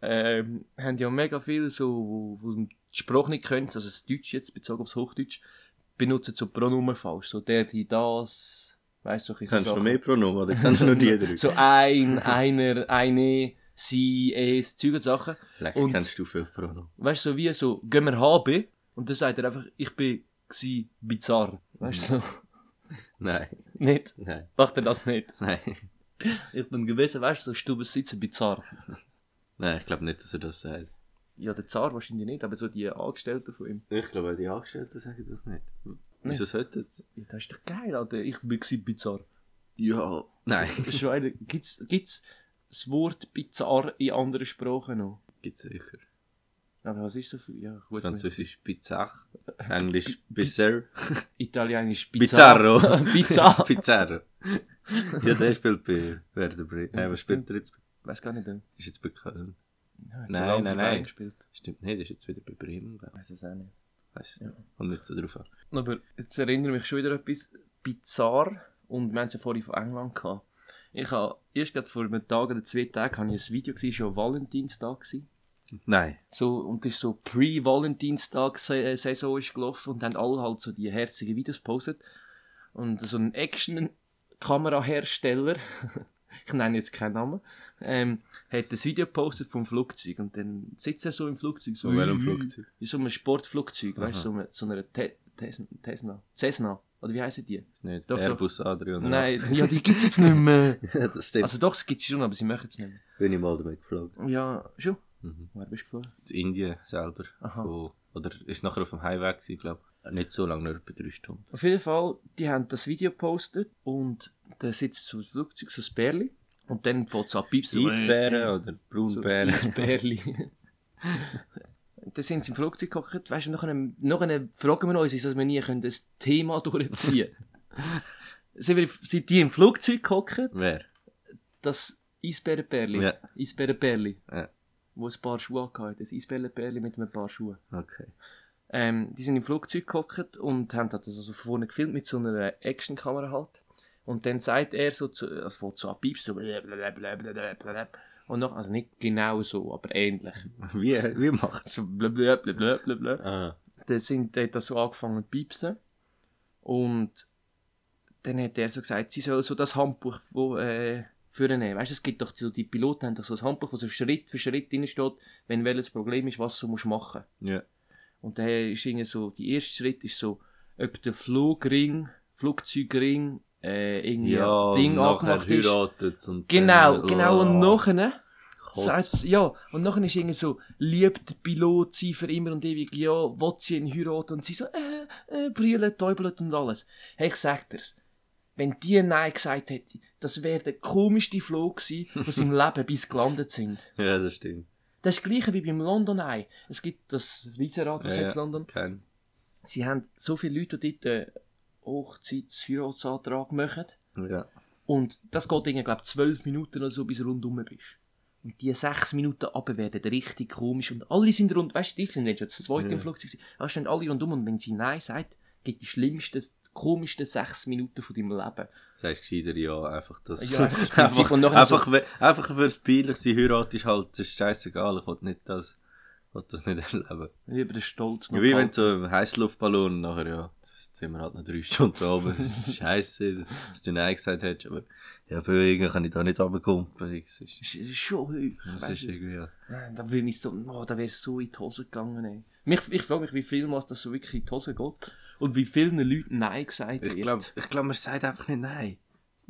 Speaker 1: ähm, haben ja mega viele, so, die die Sprache nicht können, also das Deutsch jetzt bezogen aufs Hochdeutsch, benutzen so Pronomen falsch. So der, die, das, weißt du, so ein bisschen
Speaker 2: Kannst
Speaker 1: so
Speaker 2: du
Speaker 1: Sachen.
Speaker 2: noch mehr Pronomen oder kannst du nur *laughs* die drücken?
Speaker 1: So ein, einer, eine, sie, es, Zeug und Sachen.
Speaker 2: Lecker,
Speaker 1: Und-
Speaker 2: kennst du viel Pronomen.
Speaker 1: Weißt du, so wie so, gehen wir haben und dann sagt er einfach, ich bin gsi bizarr. Weißt du, so.
Speaker 2: Nein,
Speaker 1: nicht,
Speaker 2: nein,
Speaker 1: macht er das nicht.
Speaker 2: nein.
Speaker 1: Ich bin gewesen, weißt du, so stuben sitzen bizarr.
Speaker 2: Nein, ich glaube nicht, dass er das sagt.
Speaker 1: Ja, der Zar wahrscheinlich nicht, aber so die Angestellten von ihm.
Speaker 2: Ich glaube, die Angestellten sagen das nicht. Wieso sollten sie?
Speaker 1: Ja, das ist doch geil, Alter. Ich bin gewesen *laughs* bizarr.
Speaker 2: Ja. Nein.
Speaker 1: Schweine, gibt's, gibt's das Wort bizarr in anderen Sprachen noch?
Speaker 2: Gibt's sicher.
Speaker 1: Aber was ist so viel? Ja, gut.
Speaker 2: Französisch bizarre,
Speaker 1: Äh,
Speaker 2: Englisch bizarre,
Speaker 1: Italienisch
Speaker 2: bizarro.
Speaker 1: *laughs* bizarro.
Speaker 2: *laughs* bizarro. ja, der spielt bei Werder Bremen. Nein, was spielt er jetzt?
Speaker 1: Weiß gar nicht. äh.
Speaker 2: Ist jetzt bei Köln?
Speaker 1: Ja, hat
Speaker 2: Nein,
Speaker 1: lange
Speaker 2: nein,
Speaker 1: bei Bayern
Speaker 2: nein.
Speaker 1: Gespielt.
Speaker 2: Stimmt nicht, ist jetzt wieder bei Bremen, glaube
Speaker 1: Weiß es auch nicht.
Speaker 2: ich. Weiss
Speaker 1: Ja.
Speaker 2: nicht. Kommt nicht so drauf an.
Speaker 1: Aber jetzt erinnere mich schon wieder etwas bizarr und wir haben es ja vorhin von England gehabt. Ich habe erst gerade vor einem Tag oder zwei Tagen habe ich ein Video gesehen, es war ja Valentinstag. Gewesen.
Speaker 2: Nein.
Speaker 1: So, und das ist so Pre-Valentinstag-Saison ist gelaufen und haben alle halt so die herzigen Videos gepostet. Und so ein Action-Kamerahersteller, *laughs* ich nenne jetzt keinen Namen, ähm, hat das Video gepostet vom Flugzeug. Und dann sitzt er so im Flugzeug. So,
Speaker 2: Von welchem Flugzeug?
Speaker 1: In so einem Sportflugzeug, weißt
Speaker 2: Aha.
Speaker 1: du, so, einem- so einer Te Tesla. Tesla. Cessna. Oder wie heißen die?
Speaker 2: Nicht
Speaker 1: Doch, doch.
Speaker 2: Airbus A380.
Speaker 1: Nein, ja, die gibt es jetzt nicht
Speaker 2: *laughs*
Speaker 1: mehr.
Speaker 2: das stimmt.
Speaker 1: Also doch, es gibt es schon, aber sie machen es nicht mehr.
Speaker 2: bin ich mal damit geflogen.
Speaker 1: Ja, schon.
Speaker 2: Mhm.
Speaker 1: Woher bist du geflogen?
Speaker 2: In Indien selber.
Speaker 1: Aha.
Speaker 2: Wo, oder ist nachher auf dem Highway gewesen, glaube ich. Nicht so lange, nur etwa drei Stunden.
Speaker 1: Auf jeden Fall, die haben das Video gepostet und da sitzt so ein Flugzeug, so ein Bärli. Und dann fängt es an zu piepsen.
Speaker 2: Eisbären oder Braunbären.
Speaker 1: äh, So ein Eisbärli. *laughs* Dann sind sie im Flugzeug gehockt, weißt du, nachher, nachher fragen wir uns, wieso wir nie können das Thema durchziehen *laughs* sind, wir, sind die im Flugzeug gehockt,
Speaker 2: *laughs* Wer?
Speaker 1: das Eisbärenbärli,
Speaker 2: Ja.
Speaker 1: Eisbärenbärli,
Speaker 2: Ja.
Speaker 1: wo ein paar Schuhe hatte, das Eisbärenbärli mit einem paar Schuhen.
Speaker 2: Okay.
Speaker 1: Ähm, die sind im Flugzeug gehockt und haben das also von vorne gefilmt mit so einer Actionkamera halt. Und dann sagt er so, zu, es fängt so an piepsen, so blablabla. und noch, also nicht genau so, aber ähnlich. *laughs*
Speaker 2: Wie, wie macht's?
Speaker 1: So blablabla.
Speaker 2: Ah.
Speaker 1: Dann sind, hat das so angefangen zu piepsen. Und dann hat er so gesagt, sie sollen so das Handbuch wo, äh, führen nehmen. Weißt du, es gibt doch so, die Piloten haben doch so ein Handbuch, wo so Schritt für Schritt drin steht, wenn welches Problem ist, was du musst machen
Speaker 2: Ja.
Speaker 1: und daher ist irgendwie so, der erste Schritt ist so, ob der Flugring, Flugzeugring, äh, irgendwie
Speaker 2: Ja,
Speaker 1: Ding
Speaker 2: Ding
Speaker 1: angemacht ist.
Speaker 2: heiratet und
Speaker 1: dus. Genau,
Speaker 2: dann-
Speaker 1: genau, und
Speaker 2: Oh,
Speaker 1: nachher,
Speaker 2: Kotz.
Speaker 1: sagt ja, und nachher ist irgendwie so, liebt der Pilot sie für immer und ewig, ja, will sie ihn heiraten, und sie so, äh, äh, brüllen, täubelt und alles. Hey, ich sag dir's, wenn die Nein gesagt hätte, das wäre der komischste Flug gewesen, aus
Speaker 2: *laughs*
Speaker 1: seinem Leben, bis sie gelandet sind.
Speaker 2: Ja, das stimmt.
Speaker 1: Das ist das Gleiche wie beim London Eye. Es gibt das Riesenrad, was
Speaker 2: Ja,
Speaker 1: jetzt
Speaker 2: ja.
Speaker 1: London
Speaker 2: Kein.
Speaker 1: sie haben so viele Leute, die dort einen Hochzeits-Heiratsantrag machen.
Speaker 2: Ja.
Speaker 1: Und das geht irgendwie, glaube ich, zwölf Minuten oder so, bis du rundum bist. Und die sechs Minuten runter werden richtig komisch. Und alle sind rund, weißt du, die sind jetzt schon das zweite
Speaker 2: Ja.
Speaker 1: im Flugzeug. gewesen. Da stehen alle rundum und wenn sie Nein sagt, gibt die schlimmsten, komischsten sechs Minuten von deinem Leben.
Speaker 2: Sagst gescheiter ja, einfach das.
Speaker 1: Ja,
Speaker 2: *laughs*
Speaker 1: einfach das Prinzip und nachher
Speaker 2: einfach, we- einfach für das Peinlich sein Heirat ist halt, das ist scheißegal, ich will nicht das, will das nicht erleben.
Speaker 1: Über den Stolz
Speaker 2: Wie wenn so ein Heißluftballon nachher, ja, jetzt sind wir halt noch drei *laughs* Stunden oben, das ist scheiße, dass du Nein gesagt hättest, aber ja, für irgendwie kann ich da nicht runterkommen. Das ist,
Speaker 1: Das ist schon hoch.
Speaker 2: das
Speaker 1: weisst
Speaker 2: ist
Speaker 1: du.
Speaker 2: irgendwie, ja.
Speaker 1: Nein, Da bin ich so, oh, da wäre so in die Hose gegangen. Ey. Mich, ich frage mich, wie viel Mal das so wirklich in die Hose geht und wie vielen Leuten Nein gesagt
Speaker 2: Ich
Speaker 1: wird.
Speaker 2: glaube, ich glaub, man sagt einfach nicht Nein.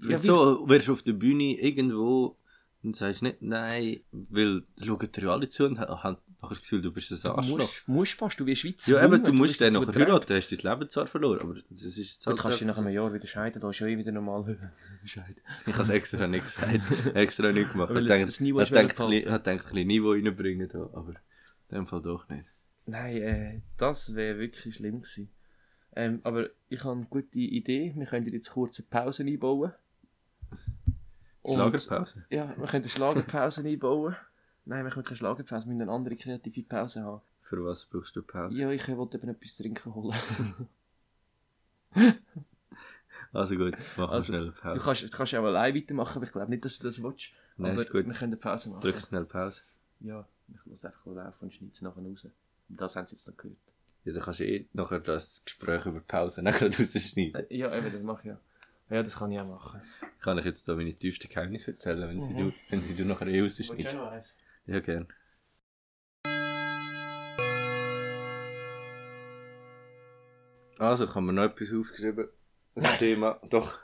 Speaker 1: Ja,
Speaker 2: Wenn
Speaker 1: wie-
Speaker 2: so wärst du auf der Bühne irgendwo und sagst nicht Nein, weil schauen dir ja alle zu und ha- haben nachher das Gefühl, du bist ein
Speaker 1: du
Speaker 2: Arschloch.
Speaker 1: musst, musst fast, du wirst wie
Speaker 2: Ja, eben,
Speaker 1: gezwungen,
Speaker 2: du musst
Speaker 1: bist
Speaker 2: dann
Speaker 1: dazu
Speaker 2: nachher
Speaker 1: gedrängt.
Speaker 2: heiraten, du hast dein Leben zwar verloren, aber das ist jetzt
Speaker 1: Gut,
Speaker 2: halt...
Speaker 1: kannst du nach einem Jahr wieder scheiden, da ist ja eh wieder normal. *laughs* Scheiden.
Speaker 2: ich habe es extra nicht gesagt,
Speaker 1: *laughs*
Speaker 2: extra nicht gemacht.
Speaker 1: Weil
Speaker 2: Ich
Speaker 1: es-
Speaker 2: denke,
Speaker 1: das
Speaker 2: ich
Speaker 1: Niveau ist
Speaker 2: denke, ich
Speaker 1: wieder gefallen.
Speaker 2: denke, ein bisschen Niveau reinbringen, da, aber in dem Fall doch nicht.
Speaker 1: Nein, äh, das wäre wirklich schlimm gewesen. Ähm, aber ich habe eine gute Idee, wir könnten jetzt kurze Pausen einbauen. Und-
Speaker 2: Lagerpause.
Speaker 1: Ja, wir könnten Schlagerpausen *laughs* einbauen. Nein, wir können keine Schlagerpause, wir müssen eine andere kreative Pause haben.
Speaker 2: Für was brauchst du Pause?
Speaker 1: Ja, ich wollte eben etwas trinken holen.
Speaker 2: Also gut, machen wir
Speaker 1: Also,
Speaker 2: schnell eine
Speaker 1: Du
Speaker 2: Pause.
Speaker 1: kannst, du kannst auch allein weitermachen, aber ich glaube nicht, dass du das willst.
Speaker 2: Nein,
Speaker 1: aber
Speaker 2: ist gut.
Speaker 1: wir können eine Pause machen.
Speaker 2: Drück schnell Pause.
Speaker 1: Ja, ich lasse einfach laufen und schneide es nachher raus. Und das haben sie jetzt noch gehört.
Speaker 2: Ja, dann kannst du eh nachher das Gespräch über Pause *laughs* nachher rausschneiden.
Speaker 1: Äh, ja, eben, das mache ich ja. Ja, das kann ich auch machen.
Speaker 2: Kann ich jetzt da meine tiefsten Geheimnisse erzählen, wenn, sie,
Speaker 1: Mhm.
Speaker 2: du, wenn sie du nachher eh
Speaker 1: Willst du auch
Speaker 2: rausschneidest?
Speaker 1: noch eins?
Speaker 2: Ja, gern. Also, ich habe mir noch etwas aufgeschrieben. Ein Thema, doch.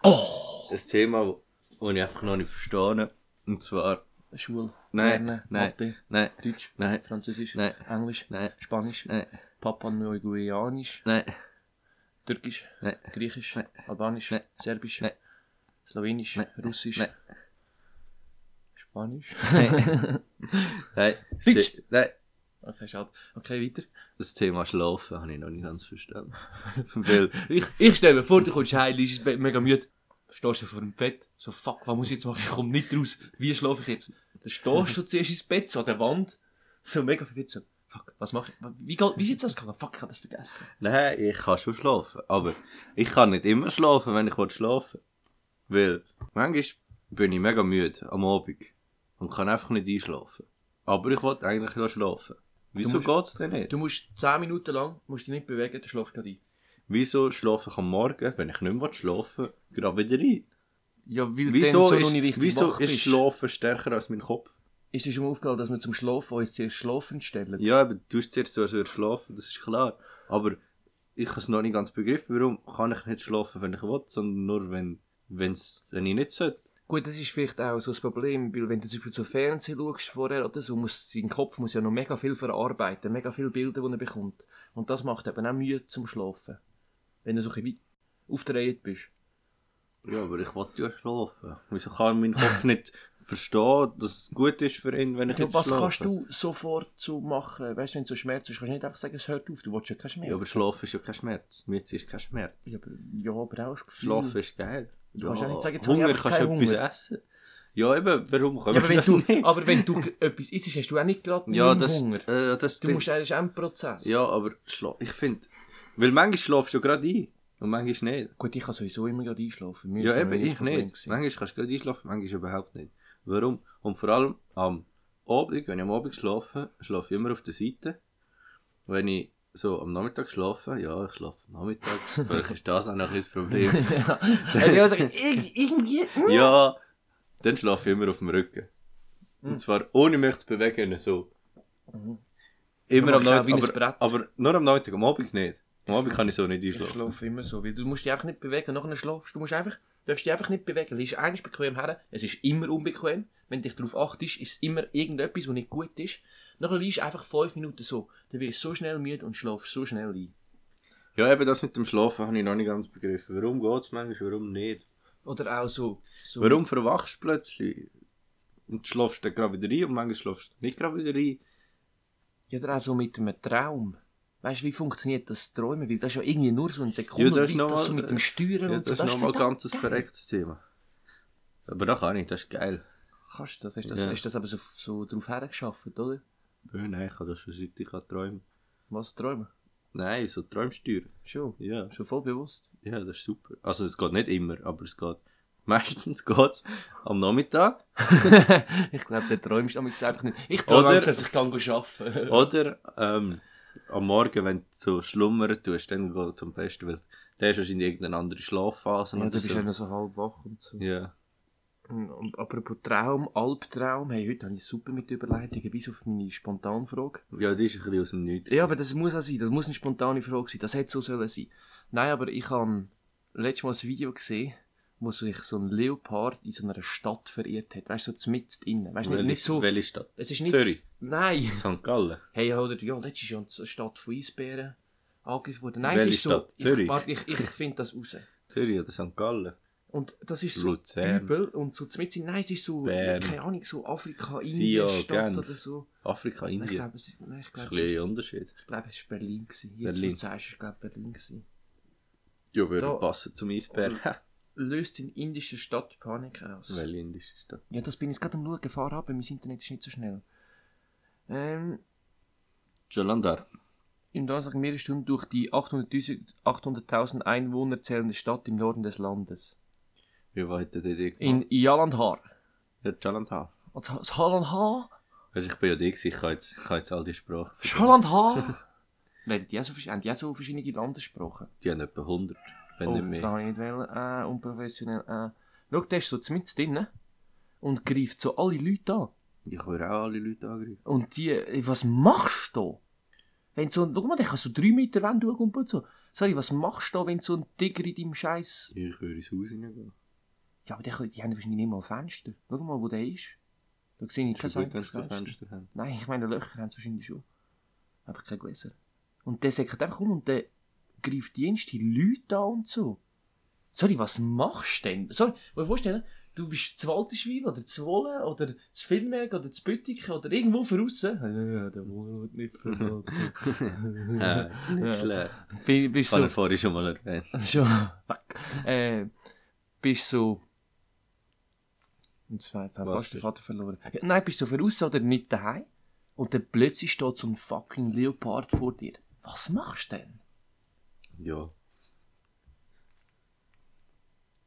Speaker 2: Ein Thema, das ich einfach noch nicht verstehe. Und zwar,
Speaker 1: Schule,
Speaker 2: Nein,
Speaker 1: Lernen,
Speaker 2: nein.
Speaker 1: Mathe,
Speaker 2: nein,
Speaker 1: Deutsch,
Speaker 2: nein,
Speaker 1: Französisch,
Speaker 2: nein,
Speaker 1: Englisch,
Speaker 2: nein,
Speaker 1: Spanisch,
Speaker 2: nein,
Speaker 1: Papua-Neuguianisch,
Speaker 2: nein,
Speaker 1: Türkisch,
Speaker 2: nein.
Speaker 1: Griechisch,
Speaker 2: Nein.
Speaker 1: Albanisch,
Speaker 2: Nein.
Speaker 1: Serbisch,
Speaker 2: Nein.
Speaker 1: Slowenisch,
Speaker 2: Nein.
Speaker 1: Russisch,
Speaker 2: Nein.
Speaker 1: Spanisch. *laughs*
Speaker 2: Nein,
Speaker 1: Deutsch.
Speaker 2: nein.
Speaker 1: Okay, schade. Okay, weiter.
Speaker 2: Das Thema Schlafen habe ich noch nicht ganz verstanden. *laughs* Weil,
Speaker 1: Ich, ich stelle mir vor, du kommst heim, liegst ins Bett, mega müde, stehst du vor dem Bett, so fuck, was muss ich jetzt machen, ich komme nicht raus, wie schlafe ich jetzt? Dann stehst du zuerst ins Bett, so an der Wand, so mega verwirrt, so fuck, was mache ich, wie, geht, wie ist jetzt das gegangen? Fuck, ich habe das vergessen.
Speaker 2: Nein, ich kann schon schlafen. Aber ich kann nicht immer schlafen, wenn ich will schlafen will. Weil manchmal bin ich mega müde am Abend und kann einfach nicht einschlafen. Aber ich will eigentlich noch schlafen. Wieso
Speaker 1: musst-
Speaker 2: geht's denn nicht?
Speaker 1: Du musst 10 Minuten lang, musst dich nicht bewegen, dann schlafst du gerade ein.
Speaker 2: Wieso schlafe ich am Morgen, wenn ich nicht mehr schlafen will, gerade wieder ein?
Speaker 1: Ja, weil
Speaker 2: Wieso,
Speaker 1: dann so
Speaker 2: ist,
Speaker 1: noch nicht richtig
Speaker 2: wieso
Speaker 1: wach
Speaker 2: ist
Speaker 1: bist.
Speaker 2: Schlafen stärker als mein Kopf?
Speaker 1: Ist dir schon mal aufgefallen, dass wir zum Schlafen uns zuerst schlafen stellen?
Speaker 2: Ja, aber du tust zuerst so, als würdest du schlafen, das ist klar. Aber ich habe es noch nicht ganz begriffen, warum kann ich nicht schlafen, wenn ich will, sondern nur, wenn, wenn's, wenn ich nicht sollte.
Speaker 1: Gut, das ist vielleicht auch so ein Problem, weil wenn du zum Beispiel so Fernsehen schaust vorher oder so, muss sein Kopf muss ja noch mega viel verarbeiten, mega viele Bilder, die er bekommt. Und das macht eben auch Mühe zum Schlafen. Wenn du so ein bisschen weit aufgedreht bist.
Speaker 2: Ja, aber ich will ja schlafen. Wieso kann mein Kopf nicht verstehen, dass es gut ist für ihn, wenn ich
Speaker 1: Ja,
Speaker 2: jetzt
Speaker 1: was
Speaker 2: schlafe?
Speaker 1: kannst du sofort so machen? Weißt du, wenn du so Schmerz hast, kannst du nicht einfach sagen, es hört auf, du willst ja keinen Schmerz.
Speaker 2: Ja, aber Schlafen ist ja kein Schmerz. Mütze ist kein Schmerz.
Speaker 1: Ja, aber, ja, aber auch das Gefühl.
Speaker 2: Schlafen ist geil.
Speaker 1: Du kannst ja nicht sagen, jetzt habe ich
Speaker 2: Hunger
Speaker 1: einfach
Speaker 2: kannst du
Speaker 1: keinen
Speaker 2: etwas
Speaker 1: Hunger.
Speaker 2: essen. Ja, eben, warum kann
Speaker 1: Ja, *laughs* aber, wenn
Speaker 2: das
Speaker 1: du,
Speaker 2: nicht?
Speaker 1: aber wenn du etwas isst, hast du auch nicht gerade
Speaker 2: ja,
Speaker 1: null
Speaker 2: das,
Speaker 1: Hunger.
Speaker 2: äh, das
Speaker 1: Du
Speaker 2: stimmt.
Speaker 1: musst eigentlich auch einen Prozess.
Speaker 2: Ja, aber schla ich finde, weil manchmal schlafst du gerade ein und manchmal nicht.
Speaker 1: Gut, ich kann sowieso immer gerade einschlafen. Mir
Speaker 2: Ja,
Speaker 1: ist noch
Speaker 2: eben,
Speaker 1: nie ein
Speaker 2: ich
Speaker 1: Problem
Speaker 2: nicht.
Speaker 1: gewesen.
Speaker 2: Manchmal kannst du gerade einschlafen, manchmal überhaupt nicht. Warum? Und vor allem am Abend, wenn ich am Abend schlafe, schlafe ich immer auf der Seite. Wenn ich so am Nachmittag schlafe, ja, ich schlafe
Speaker 1: *laughs*
Speaker 2: am Nachmittag, vielleicht ist das auch noch ein bisschen das Problem.
Speaker 1: ja. Also, ja, sag *laughs* ich, irgendwie.
Speaker 2: ja, dann schlafe ich immer auf dem Rücken. Und zwar ohne mich zu bewegen, so.
Speaker 1: Hm. Mhm.
Speaker 2: Immer
Speaker 1: Ja,
Speaker 2: am
Speaker 1: mach ich auch wie
Speaker 2: Nachmittag,
Speaker 1: ein Brett.
Speaker 2: aber, aber nur am Nachmittag, am Abend nicht. Am Abend kann ich so nicht
Speaker 1: Ich
Speaker 2: einschlafen.
Speaker 1: schlafe immer so, weil du musst dich einfach nicht bewegen, nachher schlafst du. musst einfach, darfst dich einfach nicht bewegen. Es ist eigentlich bequem her, es ist immer unbequem. Wenn du dich darauf achtest, ist es immer irgendetwas, was nicht gut ist. Nachher liegst du einfach fünf Minuten so. Dann wirst du so schnell müde und schlafst so schnell ein.
Speaker 2: Ja, eben das mit dem Schlafen habe ich noch nicht ganz begriffen. Warum geht es manchmal, warum nicht?
Speaker 1: Oder auch so. so
Speaker 2: Warum verwachst du plötzlich und schlafst dann gerade wieder rein und manchmal schlafst du nicht gerade wieder rein?
Speaker 1: Ja, oder auch so mit einem Traum. Weißt du, wie funktioniert das Träumen? Weil das ist ja irgendwie nur so eine Sekunde.
Speaker 2: Ja, das ist
Speaker 1: weit,
Speaker 2: noch
Speaker 1: das
Speaker 2: mal-
Speaker 1: so mit dem Steuern
Speaker 2: Ja,
Speaker 1: und
Speaker 2: das
Speaker 1: so.
Speaker 2: ist nochmal ein
Speaker 1: verdammt
Speaker 2: ganzes
Speaker 1: geil.
Speaker 2: verrecktes Thema. Aber da kann ich, das ist geil.
Speaker 1: Kannst du das? Ist das,
Speaker 2: Ja.
Speaker 1: ist das aber so, so drauf hergeschafft, oder?
Speaker 2: Ja, nein, ich kann das schon seit ich kann träumen.
Speaker 1: Was träumen?
Speaker 2: Nein, so Träumsteuer.
Speaker 1: Schon.
Speaker 2: Ja,
Speaker 1: Schon voll *laughs* bewusst.
Speaker 2: ja, das ist super. Also es geht nicht immer, aber es *laughs* geht. Meistens geht es am Nachmittag
Speaker 1: ich glaube, der träumst am liebsten einfach nicht. Ich
Speaker 2: Oder-
Speaker 1: träume, dass ich kann gehen arbeiten kann.
Speaker 2: oder ähm, am Morgen, wenn du so schlummern tust, dann geht es am besten, weil der ist wahrscheinlich irgendeine andere Schlafphase.
Speaker 1: Ja,
Speaker 2: oder
Speaker 1: du bist
Speaker 2: so.
Speaker 1: eben so halb wach und so.
Speaker 2: Ja.
Speaker 1: Und, und apropos Traum, Albtraum, hey, heute habe ich super mit Überleitungen, bis auf meine Spontanfrage.
Speaker 2: Ja, das ist ein bisschen aus dem Nichts.
Speaker 1: Ja, aber das muss auch sein. Das muss eine spontane Frage sein. Das hätte so sollen sein. Nein, aber ich habe letztes Mal ein Video gesehen, wo sich so ein Leopard in so einer Stadt verirrt hat. Weißt du, so mitten innen. Weißt du, nicht,
Speaker 2: welche,
Speaker 1: nicht so.
Speaker 2: welche Stadt?
Speaker 1: Es ist nicht.
Speaker 2: Zürich?
Speaker 1: Nein.
Speaker 2: St. Gallen.
Speaker 1: Hey, ja, oder, ja, letztes Jahr eine Stadt von Eisbären angegriffen worden. Nein,
Speaker 2: Welche
Speaker 1: es ist so.
Speaker 2: Stadt?
Speaker 1: Ich,
Speaker 2: Zürich?
Speaker 1: warte, ich, ich finde das raus.
Speaker 2: Zürich oder St. Gallen?
Speaker 1: Und das ist so
Speaker 2: Luzern.
Speaker 1: übel. Und so mitten in, nein, es ist so,
Speaker 2: Bern.
Speaker 1: keine Ahnung, so Afrika,
Speaker 2: Sion,
Speaker 1: Indien, Stadt
Speaker 2: Genf.
Speaker 1: oder so.
Speaker 2: Afrika,
Speaker 1: Nein, ich
Speaker 2: Indien.
Speaker 1: glaube, es ist, nein, ich
Speaker 2: Das
Speaker 1: glaube, es
Speaker 2: ist ein bisschen
Speaker 1: ist,
Speaker 2: ein Unterschied.
Speaker 1: ich glaube, es ist Berlin gewesen. Jetzt,
Speaker 2: Berlin.
Speaker 1: wo du sagst, es war, glaube Berlin gewesen.
Speaker 2: Ja, würde
Speaker 1: Da-
Speaker 2: passen zum Eisbär. *laughs*
Speaker 1: Löst in indischer Stadt Panik aus.
Speaker 2: welche indische Stadt?
Speaker 1: Ja, das bin ich jetzt gerade am schauen. Fahr ab, mein Internet ist nicht so schnell. Ähm,
Speaker 2: Jalandhar.
Speaker 1: Im Donnerstag mehrere Stunden durch die 800.000 800.000 Einwohner zählende Stadt im Norden des Landes.
Speaker 2: Wie weit hat der Idee
Speaker 1: In Jalandhar.
Speaker 2: Ja, Jalandhar.
Speaker 1: Also, das Jalandhar?
Speaker 2: Weißt du, ich bin ja da gewesen, ich kann jetzt, ich kann jetzt all die Sprachen.
Speaker 1: Das Jalandhar? Werden die auch so, vers- haben die auch so verschiedene Landessprachen?
Speaker 2: Die haben etwa 100, wenn nicht
Speaker 1: da
Speaker 2: mehr.
Speaker 1: habe ich nicht wollen. Äh, unprofessionell. Äh. Schau, der ist so mitten drin und greift so alle Leute an.
Speaker 2: Ich würde auch alle Leute angreifen.
Speaker 1: Und die, ey, was machst du? da? Wenn so, ein- schau mal, der kann so drei Meter Wände hochkumpeln und so. Sorry, was machst du, da, wenn so ein Tiger in deinem Scheiß?
Speaker 2: Ich würde ins Haus hineingehen.
Speaker 1: Ja, aber die, können- die haben wahrscheinlich nicht mal Fenster. Schau mal, wo der ist. Da sehe ich
Speaker 2: Ist
Speaker 1: kein
Speaker 2: schon gut, wenn
Speaker 1: einziges
Speaker 2: sie kein
Speaker 1: Fenster.
Speaker 2: Fenster *laughs* haben.
Speaker 1: Nein, ich meine, Löcher haben sie wahrscheinlich schon. Einfach kein Gläser. Und der sagt einfach um und der greift jenste Leute an und so. Sorry, was machst du denn? Sorry, muss ich vorstellen, du bist zu Walterschwil oder zu Wohlen oder zu Finnberg oder zu Büttiken oder irgendwo voraus. *laughs* Ja, der Wohlen wird nicht verraten.
Speaker 2: Äh, nicht
Speaker 1: Ja.
Speaker 2: schlecht.
Speaker 1: Bi- bist
Speaker 2: Ich habe
Speaker 1: so...
Speaker 2: ihn vorhin schon mal erwähnt.
Speaker 1: Schon... Fuck. Äh, bist so... Und zwar, jetzt habe ich
Speaker 2: Was
Speaker 1: fast den
Speaker 2: bist-
Speaker 1: Vater verloren. Ja, nein, bist so voraus oder nicht daheim? Und dann plötzlich steht so ein fucking Leopard vor dir. Was machst du denn? *laughs*
Speaker 2: Ja.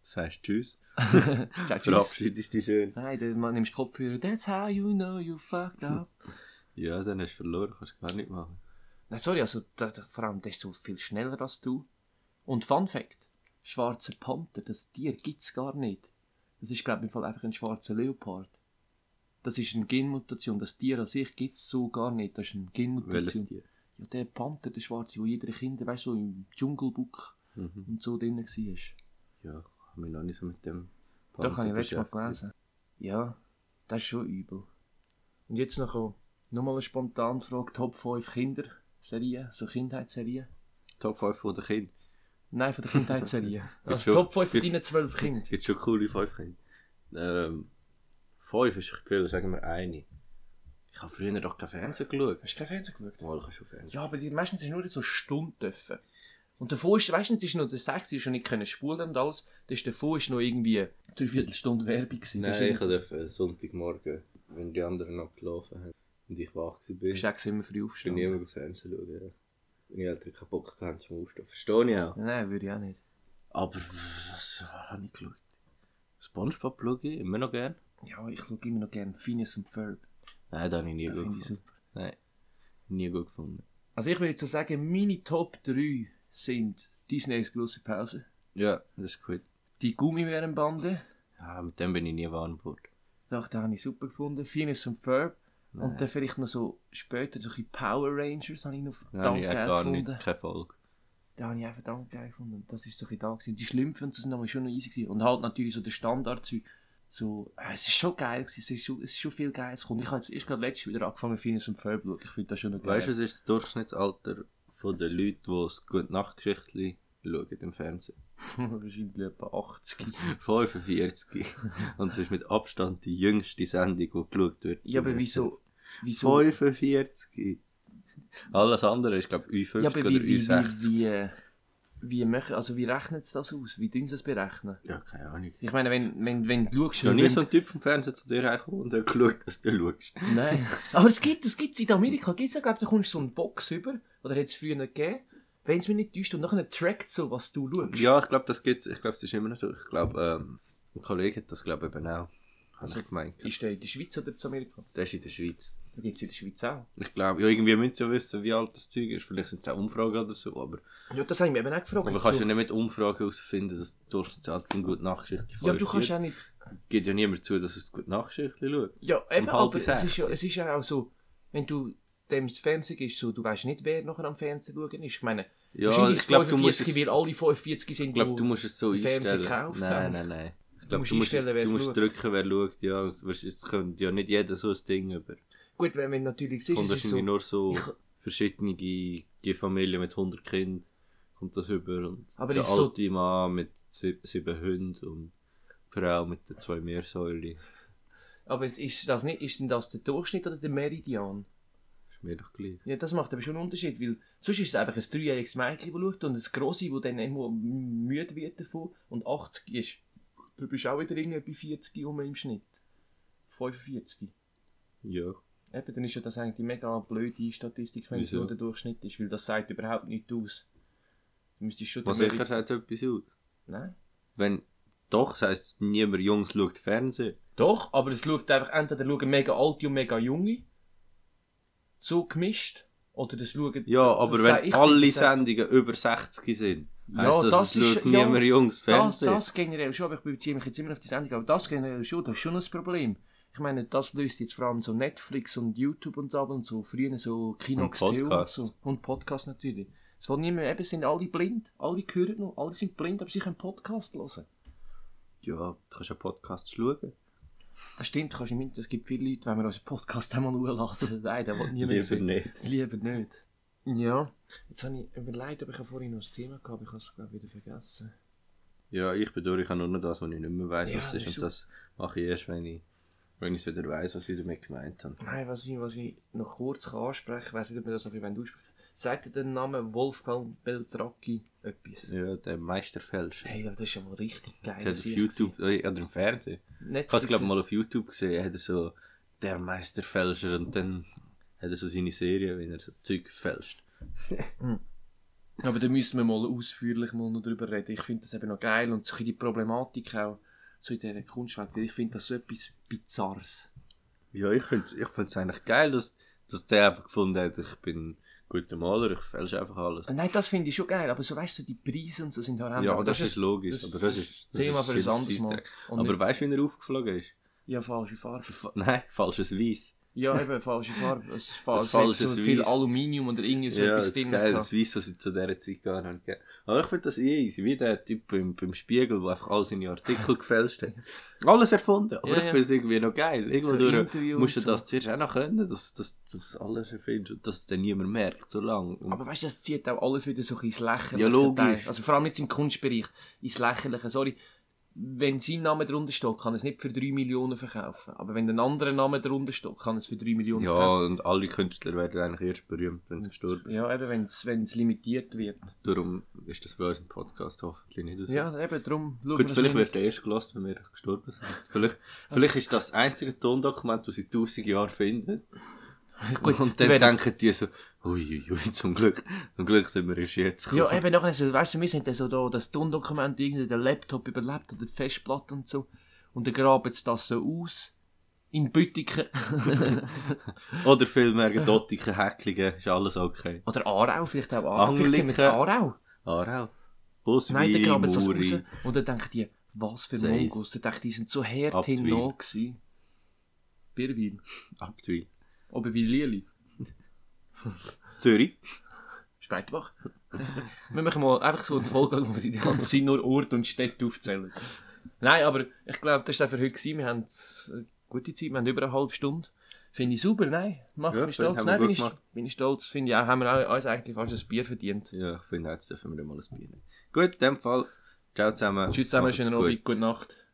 Speaker 2: Sagst Tschüss.
Speaker 1: Sagst du tschüss?
Speaker 2: Verabschiedest dich schön.
Speaker 1: Nein, dann ma- nimmst du Kopfhörer. That's how you know you fucked up.
Speaker 2: Ja, dann hast du verloren, kannst du gar nicht machen.
Speaker 1: nein, sorry, also da, da, vor allem der ist so viel schneller als du. Und Fun Fact: Schwarzer Panther, das Tier gibt's gar nicht. Das ist, glaube ich, im Fall einfach ein schwarzer Leopard. Das ist eine Genmutation. Das Tier an sich gibt's so gar nicht. Das ist eine Genmutation.
Speaker 2: Welches Tier?
Speaker 1: Ja, der Panther, der Schwarze, wo jeder Kind, weißt du, so im Dschungelbuch
Speaker 2: Mhm.
Speaker 1: und so drin war.
Speaker 2: Ja, nou habe mich noch nicht so mit dem
Speaker 1: Doch, habe ich
Speaker 2: Panther
Speaker 1: letztes Mal
Speaker 2: beschäftigt.
Speaker 1: gelesen. Ja, das ist schon übel. Und jetzt noch nochmal eine spontane Frage: Top 5 Kinderserien, so Kindheitsserien?
Speaker 2: Top 5 von den Kindern.
Speaker 1: Nein, von der
Speaker 2: *laughs*
Speaker 1: Kindheitsserien. also
Speaker 2: schon.
Speaker 1: Top 5 von
Speaker 2: Für-
Speaker 1: deinen 12 Kindern.
Speaker 2: Es gibt schon coole 5 Kinder. Ähm, 5 ist viel, sagen wir eine. Ich habe früher doch kein Fernsehen geschaut.
Speaker 1: Hast du kein Fernsehen geschaut?
Speaker 2: Mal kannst du Fernsehen.
Speaker 1: Ja, aber die, meistens ist nur so Stunden dürfen. Und davor ist, weißt du, das ist noch der 6, die schon nicht können spulen und alles. Das ist davor ist noch irgendwie dreiviertel Stunde Werbung gewesen. Das ist
Speaker 2: Nein,
Speaker 1: irgendwie
Speaker 2: ich
Speaker 1: so-
Speaker 2: durfte Sonntagmorgen, wenn die anderen abgelaufen haben und ich wach war, bin,
Speaker 1: bist du auch immer früh
Speaker 2: bin ich
Speaker 1: aufgestanden.
Speaker 2: immer auf Fernsehen schauen. Ja. Wenn die Eltern keinen Bock haben zum Aufstehen. Verstehe ich auch.
Speaker 1: Nein, würde ich auch nicht.
Speaker 2: Aber was habe ich geschaut? Spongebob schaue ich immer noch gern.
Speaker 1: Ja, ich schaue immer noch gerne Phineas und Ferb.
Speaker 2: Nein, das habe ich nie
Speaker 1: Ja,
Speaker 2: gut
Speaker 1: finde ich
Speaker 2: gefunden.
Speaker 1: super.
Speaker 2: Nein, nie gut gefunden.
Speaker 1: Also ich würde so sagen, meine Top 3 sind Disneys große Pause,
Speaker 2: Ja, das ist gut.
Speaker 1: die Gummibärenbande,
Speaker 2: Ja, mit dem bin ich nie warm geworden.
Speaker 1: doch, den habe ich super gefunden, Phineas und Ferb
Speaker 2: Nein.
Speaker 1: und dann vielleicht noch so später so ein bisschen Power Rangers habe ich noch
Speaker 2: Nein,
Speaker 1: verdammt
Speaker 2: ich
Speaker 1: geil
Speaker 2: habe gar
Speaker 1: gefunden.
Speaker 2: nicht, keine Folge.
Speaker 1: Den habe ich auch verdammt geil gefunden und das ist so ein bisschen da gewesen. Die Schlümpfe und so sind aber schon noch easy gewesen. und halt natürlich so der Standard so, äh, es ist schon geil gewesen, es ist schon, es ist schon viel Geiles gekommen. Ich habe jetzt erst gerade letztes wieder angefangen Phineas und Ferb zu schauen, ich finde das schon noch geil.
Speaker 2: Weißt du, was ist das Durchschnittsalter von den Leuten, die das gute Nachtgeschichtli schauen im Fernsehen? *laughs*
Speaker 1: wahrscheinlich etwa 80.
Speaker 2: 45.
Speaker 1: *laughs*
Speaker 2: Und es ist mit Abstand die jüngste Sendung, die geschaut wird.
Speaker 1: Ja, aber
Speaker 2: im
Speaker 1: wieso, wieso,
Speaker 2: SRF. 45. Alles andere ist, glaube ich,
Speaker 1: Ja,
Speaker 2: 50
Speaker 1: aber
Speaker 2: oder
Speaker 1: wie, wie, wie,
Speaker 2: 60.
Speaker 1: wie, äh, wie, möchten, also wie rechnen sie das aus? Wie tun sie das berechnen?
Speaker 2: Ja, keine Ahnung. Ich
Speaker 1: Ich meine, wenn, wenn, wenn du schaust...
Speaker 2: bin noch nie
Speaker 1: wenn-
Speaker 2: so ein Typ vom Fernsehen zu dir hergekommen und hat geschaut, dass du schaust.
Speaker 1: Nein. *laughs* Aber es gibt es gibt's in Amerika. Gibt's ja, glaube da kommst du so eine Box über, oder hat es früher nicht gegeben, wenn es mir nicht täuscht, und nachher trackt so, was du schaust.
Speaker 2: Ja, ich glaube, das gibt's. Ich glaube, es ist immer noch so. Ich glaube, ähm, ein Kollege hat das, glaube ich, eben auch. Habe
Speaker 1: Also,
Speaker 2: ich gemeint.
Speaker 1: Ist der in der Schweiz oder in Amerika?
Speaker 2: Der ist in der Schweiz.
Speaker 1: Da gibt es in der Schweiz auch.
Speaker 2: Ich glaube, ja, irgendwie müssen sie wissen, wie alt das Zeug ist. Vielleicht sind es auch Umfragen oder so, aber,
Speaker 1: Ja, das habe ich mir eben auch gefragt.
Speaker 2: aber du kannst ja nicht mit Umfragen herausfinden, dass die Durchschnittsalter eine gute Nachgeschichte
Speaker 1: ja, aber du kannst
Speaker 2: ja...
Speaker 1: auch nicht...
Speaker 2: Geht ja niemand zu, dass es gute Nachgeschichte schaut.
Speaker 1: Ja, eben,
Speaker 2: Um halb
Speaker 1: aber es
Speaker 2: sechs.
Speaker 1: ist, ja, es ist ja auch so, wenn du dem das Fernsehen gehst, so, du weißt nicht, wer nachher am Fernsehen schauen ist. Ich meine,
Speaker 2: Ja,
Speaker 1: wahrscheinlich
Speaker 2: ich glaube, du musst
Speaker 1: 45,
Speaker 2: es...
Speaker 1: weil alle 45 sind,
Speaker 2: Ich glaube,
Speaker 1: die-
Speaker 2: du musst es so
Speaker 1: die Fernseher
Speaker 2: einstellen.
Speaker 1: gekauft
Speaker 2: nein,
Speaker 1: haben.
Speaker 2: nein, nein. Ich
Speaker 1: Du
Speaker 2: glaube,
Speaker 1: musst
Speaker 2: du musst,
Speaker 1: einstellen, wer
Speaker 2: du musst
Speaker 1: schaut.
Speaker 2: drücken, wer schaut. Ja, es, weißt du, es kommt ja nicht jeder so ein Ding über.
Speaker 1: Gut, wenn man natürlich sieht,
Speaker 2: Kommt
Speaker 1: es ist
Speaker 2: wahrscheinlich
Speaker 1: so,
Speaker 2: nur so
Speaker 1: Ich-
Speaker 2: verschiedene, die Familie mit 100 Kindern kommt das über. Und
Speaker 1: Aber
Speaker 2: der
Speaker 1: ist so-
Speaker 2: alte Mann mit zwei, sieben Hunden und die Frau mit den zwei Meersäulen.
Speaker 1: aber es ist das nicht, ist denn das der Durchschnitt oder der Meridian?
Speaker 2: Ist mir doch gleich.
Speaker 1: Ja, das macht aber schon einen Unterschied, weil sonst ist es einfach ein dreijähriges Mädchen, das schaut und ein Grossi, das dann immer müde wird davon und 80 ist. Du bist auch wieder irgendwie bei 40 rum im Schnitt. 45.
Speaker 2: Ja.
Speaker 1: Eben, dann ist ja das eigentlich die mega blöde Statistik, wenn es
Speaker 2: Wieso?
Speaker 1: nur der Durchschnitt ist, weil das sagt überhaupt nichts aus. Du müsstest schon...
Speaker 2: Man
Speaker 1: den
Speaker 2: sicher
Speaker 1: Meri-
Speaker 2: sagt etwas aus.
Speaker 1: Nein.
Speaker 2: Wenn doch, das heisst, niemand Jungs schaut Fernsehen.
Speaker 1: Doch, aber es schaut einfach entweder schauen mega alte und mega junge. So gemischt. Oder das schauen.
Speaker 2: Ja,
Speaker 1: das-
Speaker 2: aber
Speaker 1: das sag-
Speaker 2: wenn
Speaker 1: ich
Speaker 2: alle
Speaker 1: finde, das-
Speaker 2: Sendungen über 60 sind,
Speaker 1: Ja,
Speaker 2: heisst das,
Speaker 1: das
Speaker 2: es
Speaker 1: ist-
Speaker 2: schaut
Speaker 1: ja,
Speaker 2: niemand Jungs
Speaker 1: Das,
Speaker 2: Fernsehen.
Speaker 1: das generell schon, aber ich beziehe mich jetzt immer auf die Sendung, aber das generell schon, das ist schon ein Problem. Ich meine, das löst jetzt vor allem so Netflix und YouTube und so ab und so, früher so Kinox
Speaker 2: Und
Speaker 1: Theo und
Speaker 2: Podcast.
Speaker 1: so. Und Podcast natürlich. Es wollen nicht mehr, eben sind alle blind, alle hören noch, alle sind blind, aber sie können Podcast hören.
Speaker 2: Ja, du kannst einen Podcast schauen.
Speaker 1: Das stimmt, kannst du nicht, es gibt viele Leute, wenn wir unseren Podcast einmal hochladen, nein, der will niemand sehen.
Speaker 2: nicht.
Speaker 1: Lieber nicht. Ja, jetzt habe ich überlegt, aber ich habe vorhin noch ein Thema gehabt, aber ich habe es glaube ich, wieder vergessen.
Speaker 2: Ja, ich bin durch, ich habe nur noch das, was ich nicht mehr weiss,
Speaker 1: Ja,
Speaker 2: was es ist.
Speaker 1: wieso?
Speaker 2: Und das mache ich erst, wenn ich wenn ich es wieder weiss, was ich damit gemeint habe.
Speaker 1: Nein, was ich, was ich noch kurz kann ansprechen kann, ich weiß nicht, ob wir das noch ein aussprechen Sagt dir der Name Wolfgang Beltracchi etwas?
Speaker 2: Ja, der Meisterfälscher.
Speaker 1: Hey, das ist ja mal richtig geil.
Speaker 2: Das hat auf YouTube, äh, oder im Fernsehen. Ich habe es, glaube ich, mal auf YouTube gesehen, hat er so der Meisterfälscher und dann hat er so seine Serie, wenn er so Zeug fälscht.
Speaker 1: Aber da müssen wir mal ausführlich mal noch drüber reden. Ich finde das eben noch geil und so ein bisschen die Problematik auch so in dieser Kunstwelt, weil ich finde das so etwas Bizarres.
Speaker 2: Ja, ich finde es ich find's eigentlich geil, dass, dass der einfach gefunden hat, ich bin ein guter Maler, ich fälsche einfach alles.
Speaker 1: Nein, das finde ich schon geil, aber so weißt du, die Preise und so sind horrend.
Speaker 2: Ja,
Speaker 1: Aber
Speaker 2: das, ist logisch,
Speaker 1: das-
Speaker 2: aber das
Speaker 1: das
Speaker 2: ist... Das
Speaker 1: Thema
Speaker 2: ist
Speaker 1: für ein
Speaker 2: sein-
Speaker 1: anderes
Speaker 2: sein
Speaker 1: Mal.
Speaker 2: Dreck.
Speaker 1: Und
Speaker 2: Aber weißt du, wie er aufgeflogen ist?
Speaker 1: Ja, falsche Farbe.
Speaker 2: Fa- Nein, falsches Weiß.
Speaker 1: Ja, eben, falsche
Speaker 2: *laughs*
Speaker 1: Farbe. Es ist
Speaker 2: Ein
Speaker 1: falsch.
Speaker 2: falsches
Speaker 1: so viel
Speaker 2: Weiss.
Speaker 1: Aluminium oder irgendwas
Speaker 2: Ja, das
Speaker 1: etwas
Speaker 2: ist
Speaker 1: drin.
Speaker 2: geil,
Speaker 1: gehabt.
Speaker 2: das Weiss, was ich zu dieser Zeit gar nicht gegeben habe. Aber ich finde das easy, wie der Typ beim, beim Spiegel, der einfach all
Speaker 1: *laughs*
Speaker 2: seine Artikel gefälscht hat. Alles erfunden, aber
Speaker 1: Ja,
Speaker 2: ich
Speaker 1: ja.
Speaker 2: finde es irgendwie noch geil. Irgendwo
Speaker 1: So
Speaker 2: durch
Speaker 1: Interview
Speaker 2: musst du
Speaker 1: und so.
Speaker 2: das zuerst auch noch können, dass du das, das alles erfindest und dass es dann niemand merkt, so lange. Und
Speaker 1: Aber weißt du, das zieht auch alles wieder so ein bisschen ins Lächerliche.
Speaker 2: Ja, logisch.
Speaker 1: teil. Also vor allem jetzt im Kunstbereich. Ins Lächerliche, sorry. nou Wenn sein Name drunter steht, kann er es nicht für 3 Millionen verkaufen. Aber wenn ein anderer Name drunter steht, kann er es für 3 Millionen verkaufen.
Speaker 2: ja, und alle Künstler werden eigentlich erst berühmt, wenn sie gestorben sind.
Speaker 1: Ja, eben, wenn es- wenn es limitiert wird.
Speaker 2: Darum ist das bei uns im Podcast hoffentlich nicht so.
Speaker 1: Ja, eben, darum schauen
Speaker 2: Gut,
Speaker 1: wir
Speaker 2: vielleicht
Speaker 1: mal.
Speaker 2: wird der erst gelost, wenn wir gestorben sind. Vielleicht,
Speaker 1: Also
Speaker 2: vielleicht ist das einzige Tondokument, das sie tausend Jahre finden.
Speaker 1: Gut,
Speaker 2: und
Speaker 1: die
Speaker 2: dann
Speaker 1: werden-
Speaker 2: denken die so, uiuiui, zum Glück, zum Glück sind wir erst jetzt
Speaker 1: Ja, eben, nachher, so, weißt du, wir sind dann so da, das Tondokument irgendwie der Laptop überlebt oder die Festplatte und so. Und dann graben sie das so aus. In Büttiken. *laughs*
Speaker 2: Oder vielmehr Dotiken, Häcklingen, ist alles okay.
Speaker 1: oder Aarau, vielleicht auch Aarau. Vielleicht sind wir jetzt
Speaker 2: Angliken.
Speaker 1: Aarau.
Speaker 2: Aarau, Bus,
Speaker 1: Nein, dann graben sie das raus.
Speaker 2: Muri,
Speaker 1: Und dann denken die, was für
Speaker 2: Seis.
Speaker 1: Mongos. Dann denken die, sind so hart
Speaker 2: Abtwil.
Speaker 1: hinten gsi. Birwil.
Speaker 2: Abtwil,
Speaker 1: Oben wie Lili.
Speaker 2: Zürich.
Speaker 1: Spreitbach. *laughs* wir machen mal einfach so eine Folge, wo wir die ganze Zeit nur Orte und Städte aufzählen. Nein, aber ich glaube, das war für heute. gewesen. Wir haben eine gute Zeit, wir haben über eine halbe Stunde. Finde ich super, nein, macht
Speaker 2: Ja,
Speaker 1: mich
Speaker 2: finde,
Speaker 1: stolz.
Speaker 2: haben wir
Speaker 1: Nein,
Speaker 2: gut
Speaker 1: bin ich,
Speaker 2: gemacht.
Speaker 1: bin ich stolz, finde ich auch, haben wir auch- uns eigentlich fast ein Bier verdient.
Speaker 2: Ja, ich finde, jetzt dürfen wir mal ein Bier nehmen. Gut, in dem Fall, ciao zusammen.
Speaker 1: Tschüss zusammen,
Speaker 2: Macht's
Speaker 1: schönen
Speaker 2: gut.
Speaker 1: Abend, gute Nacht.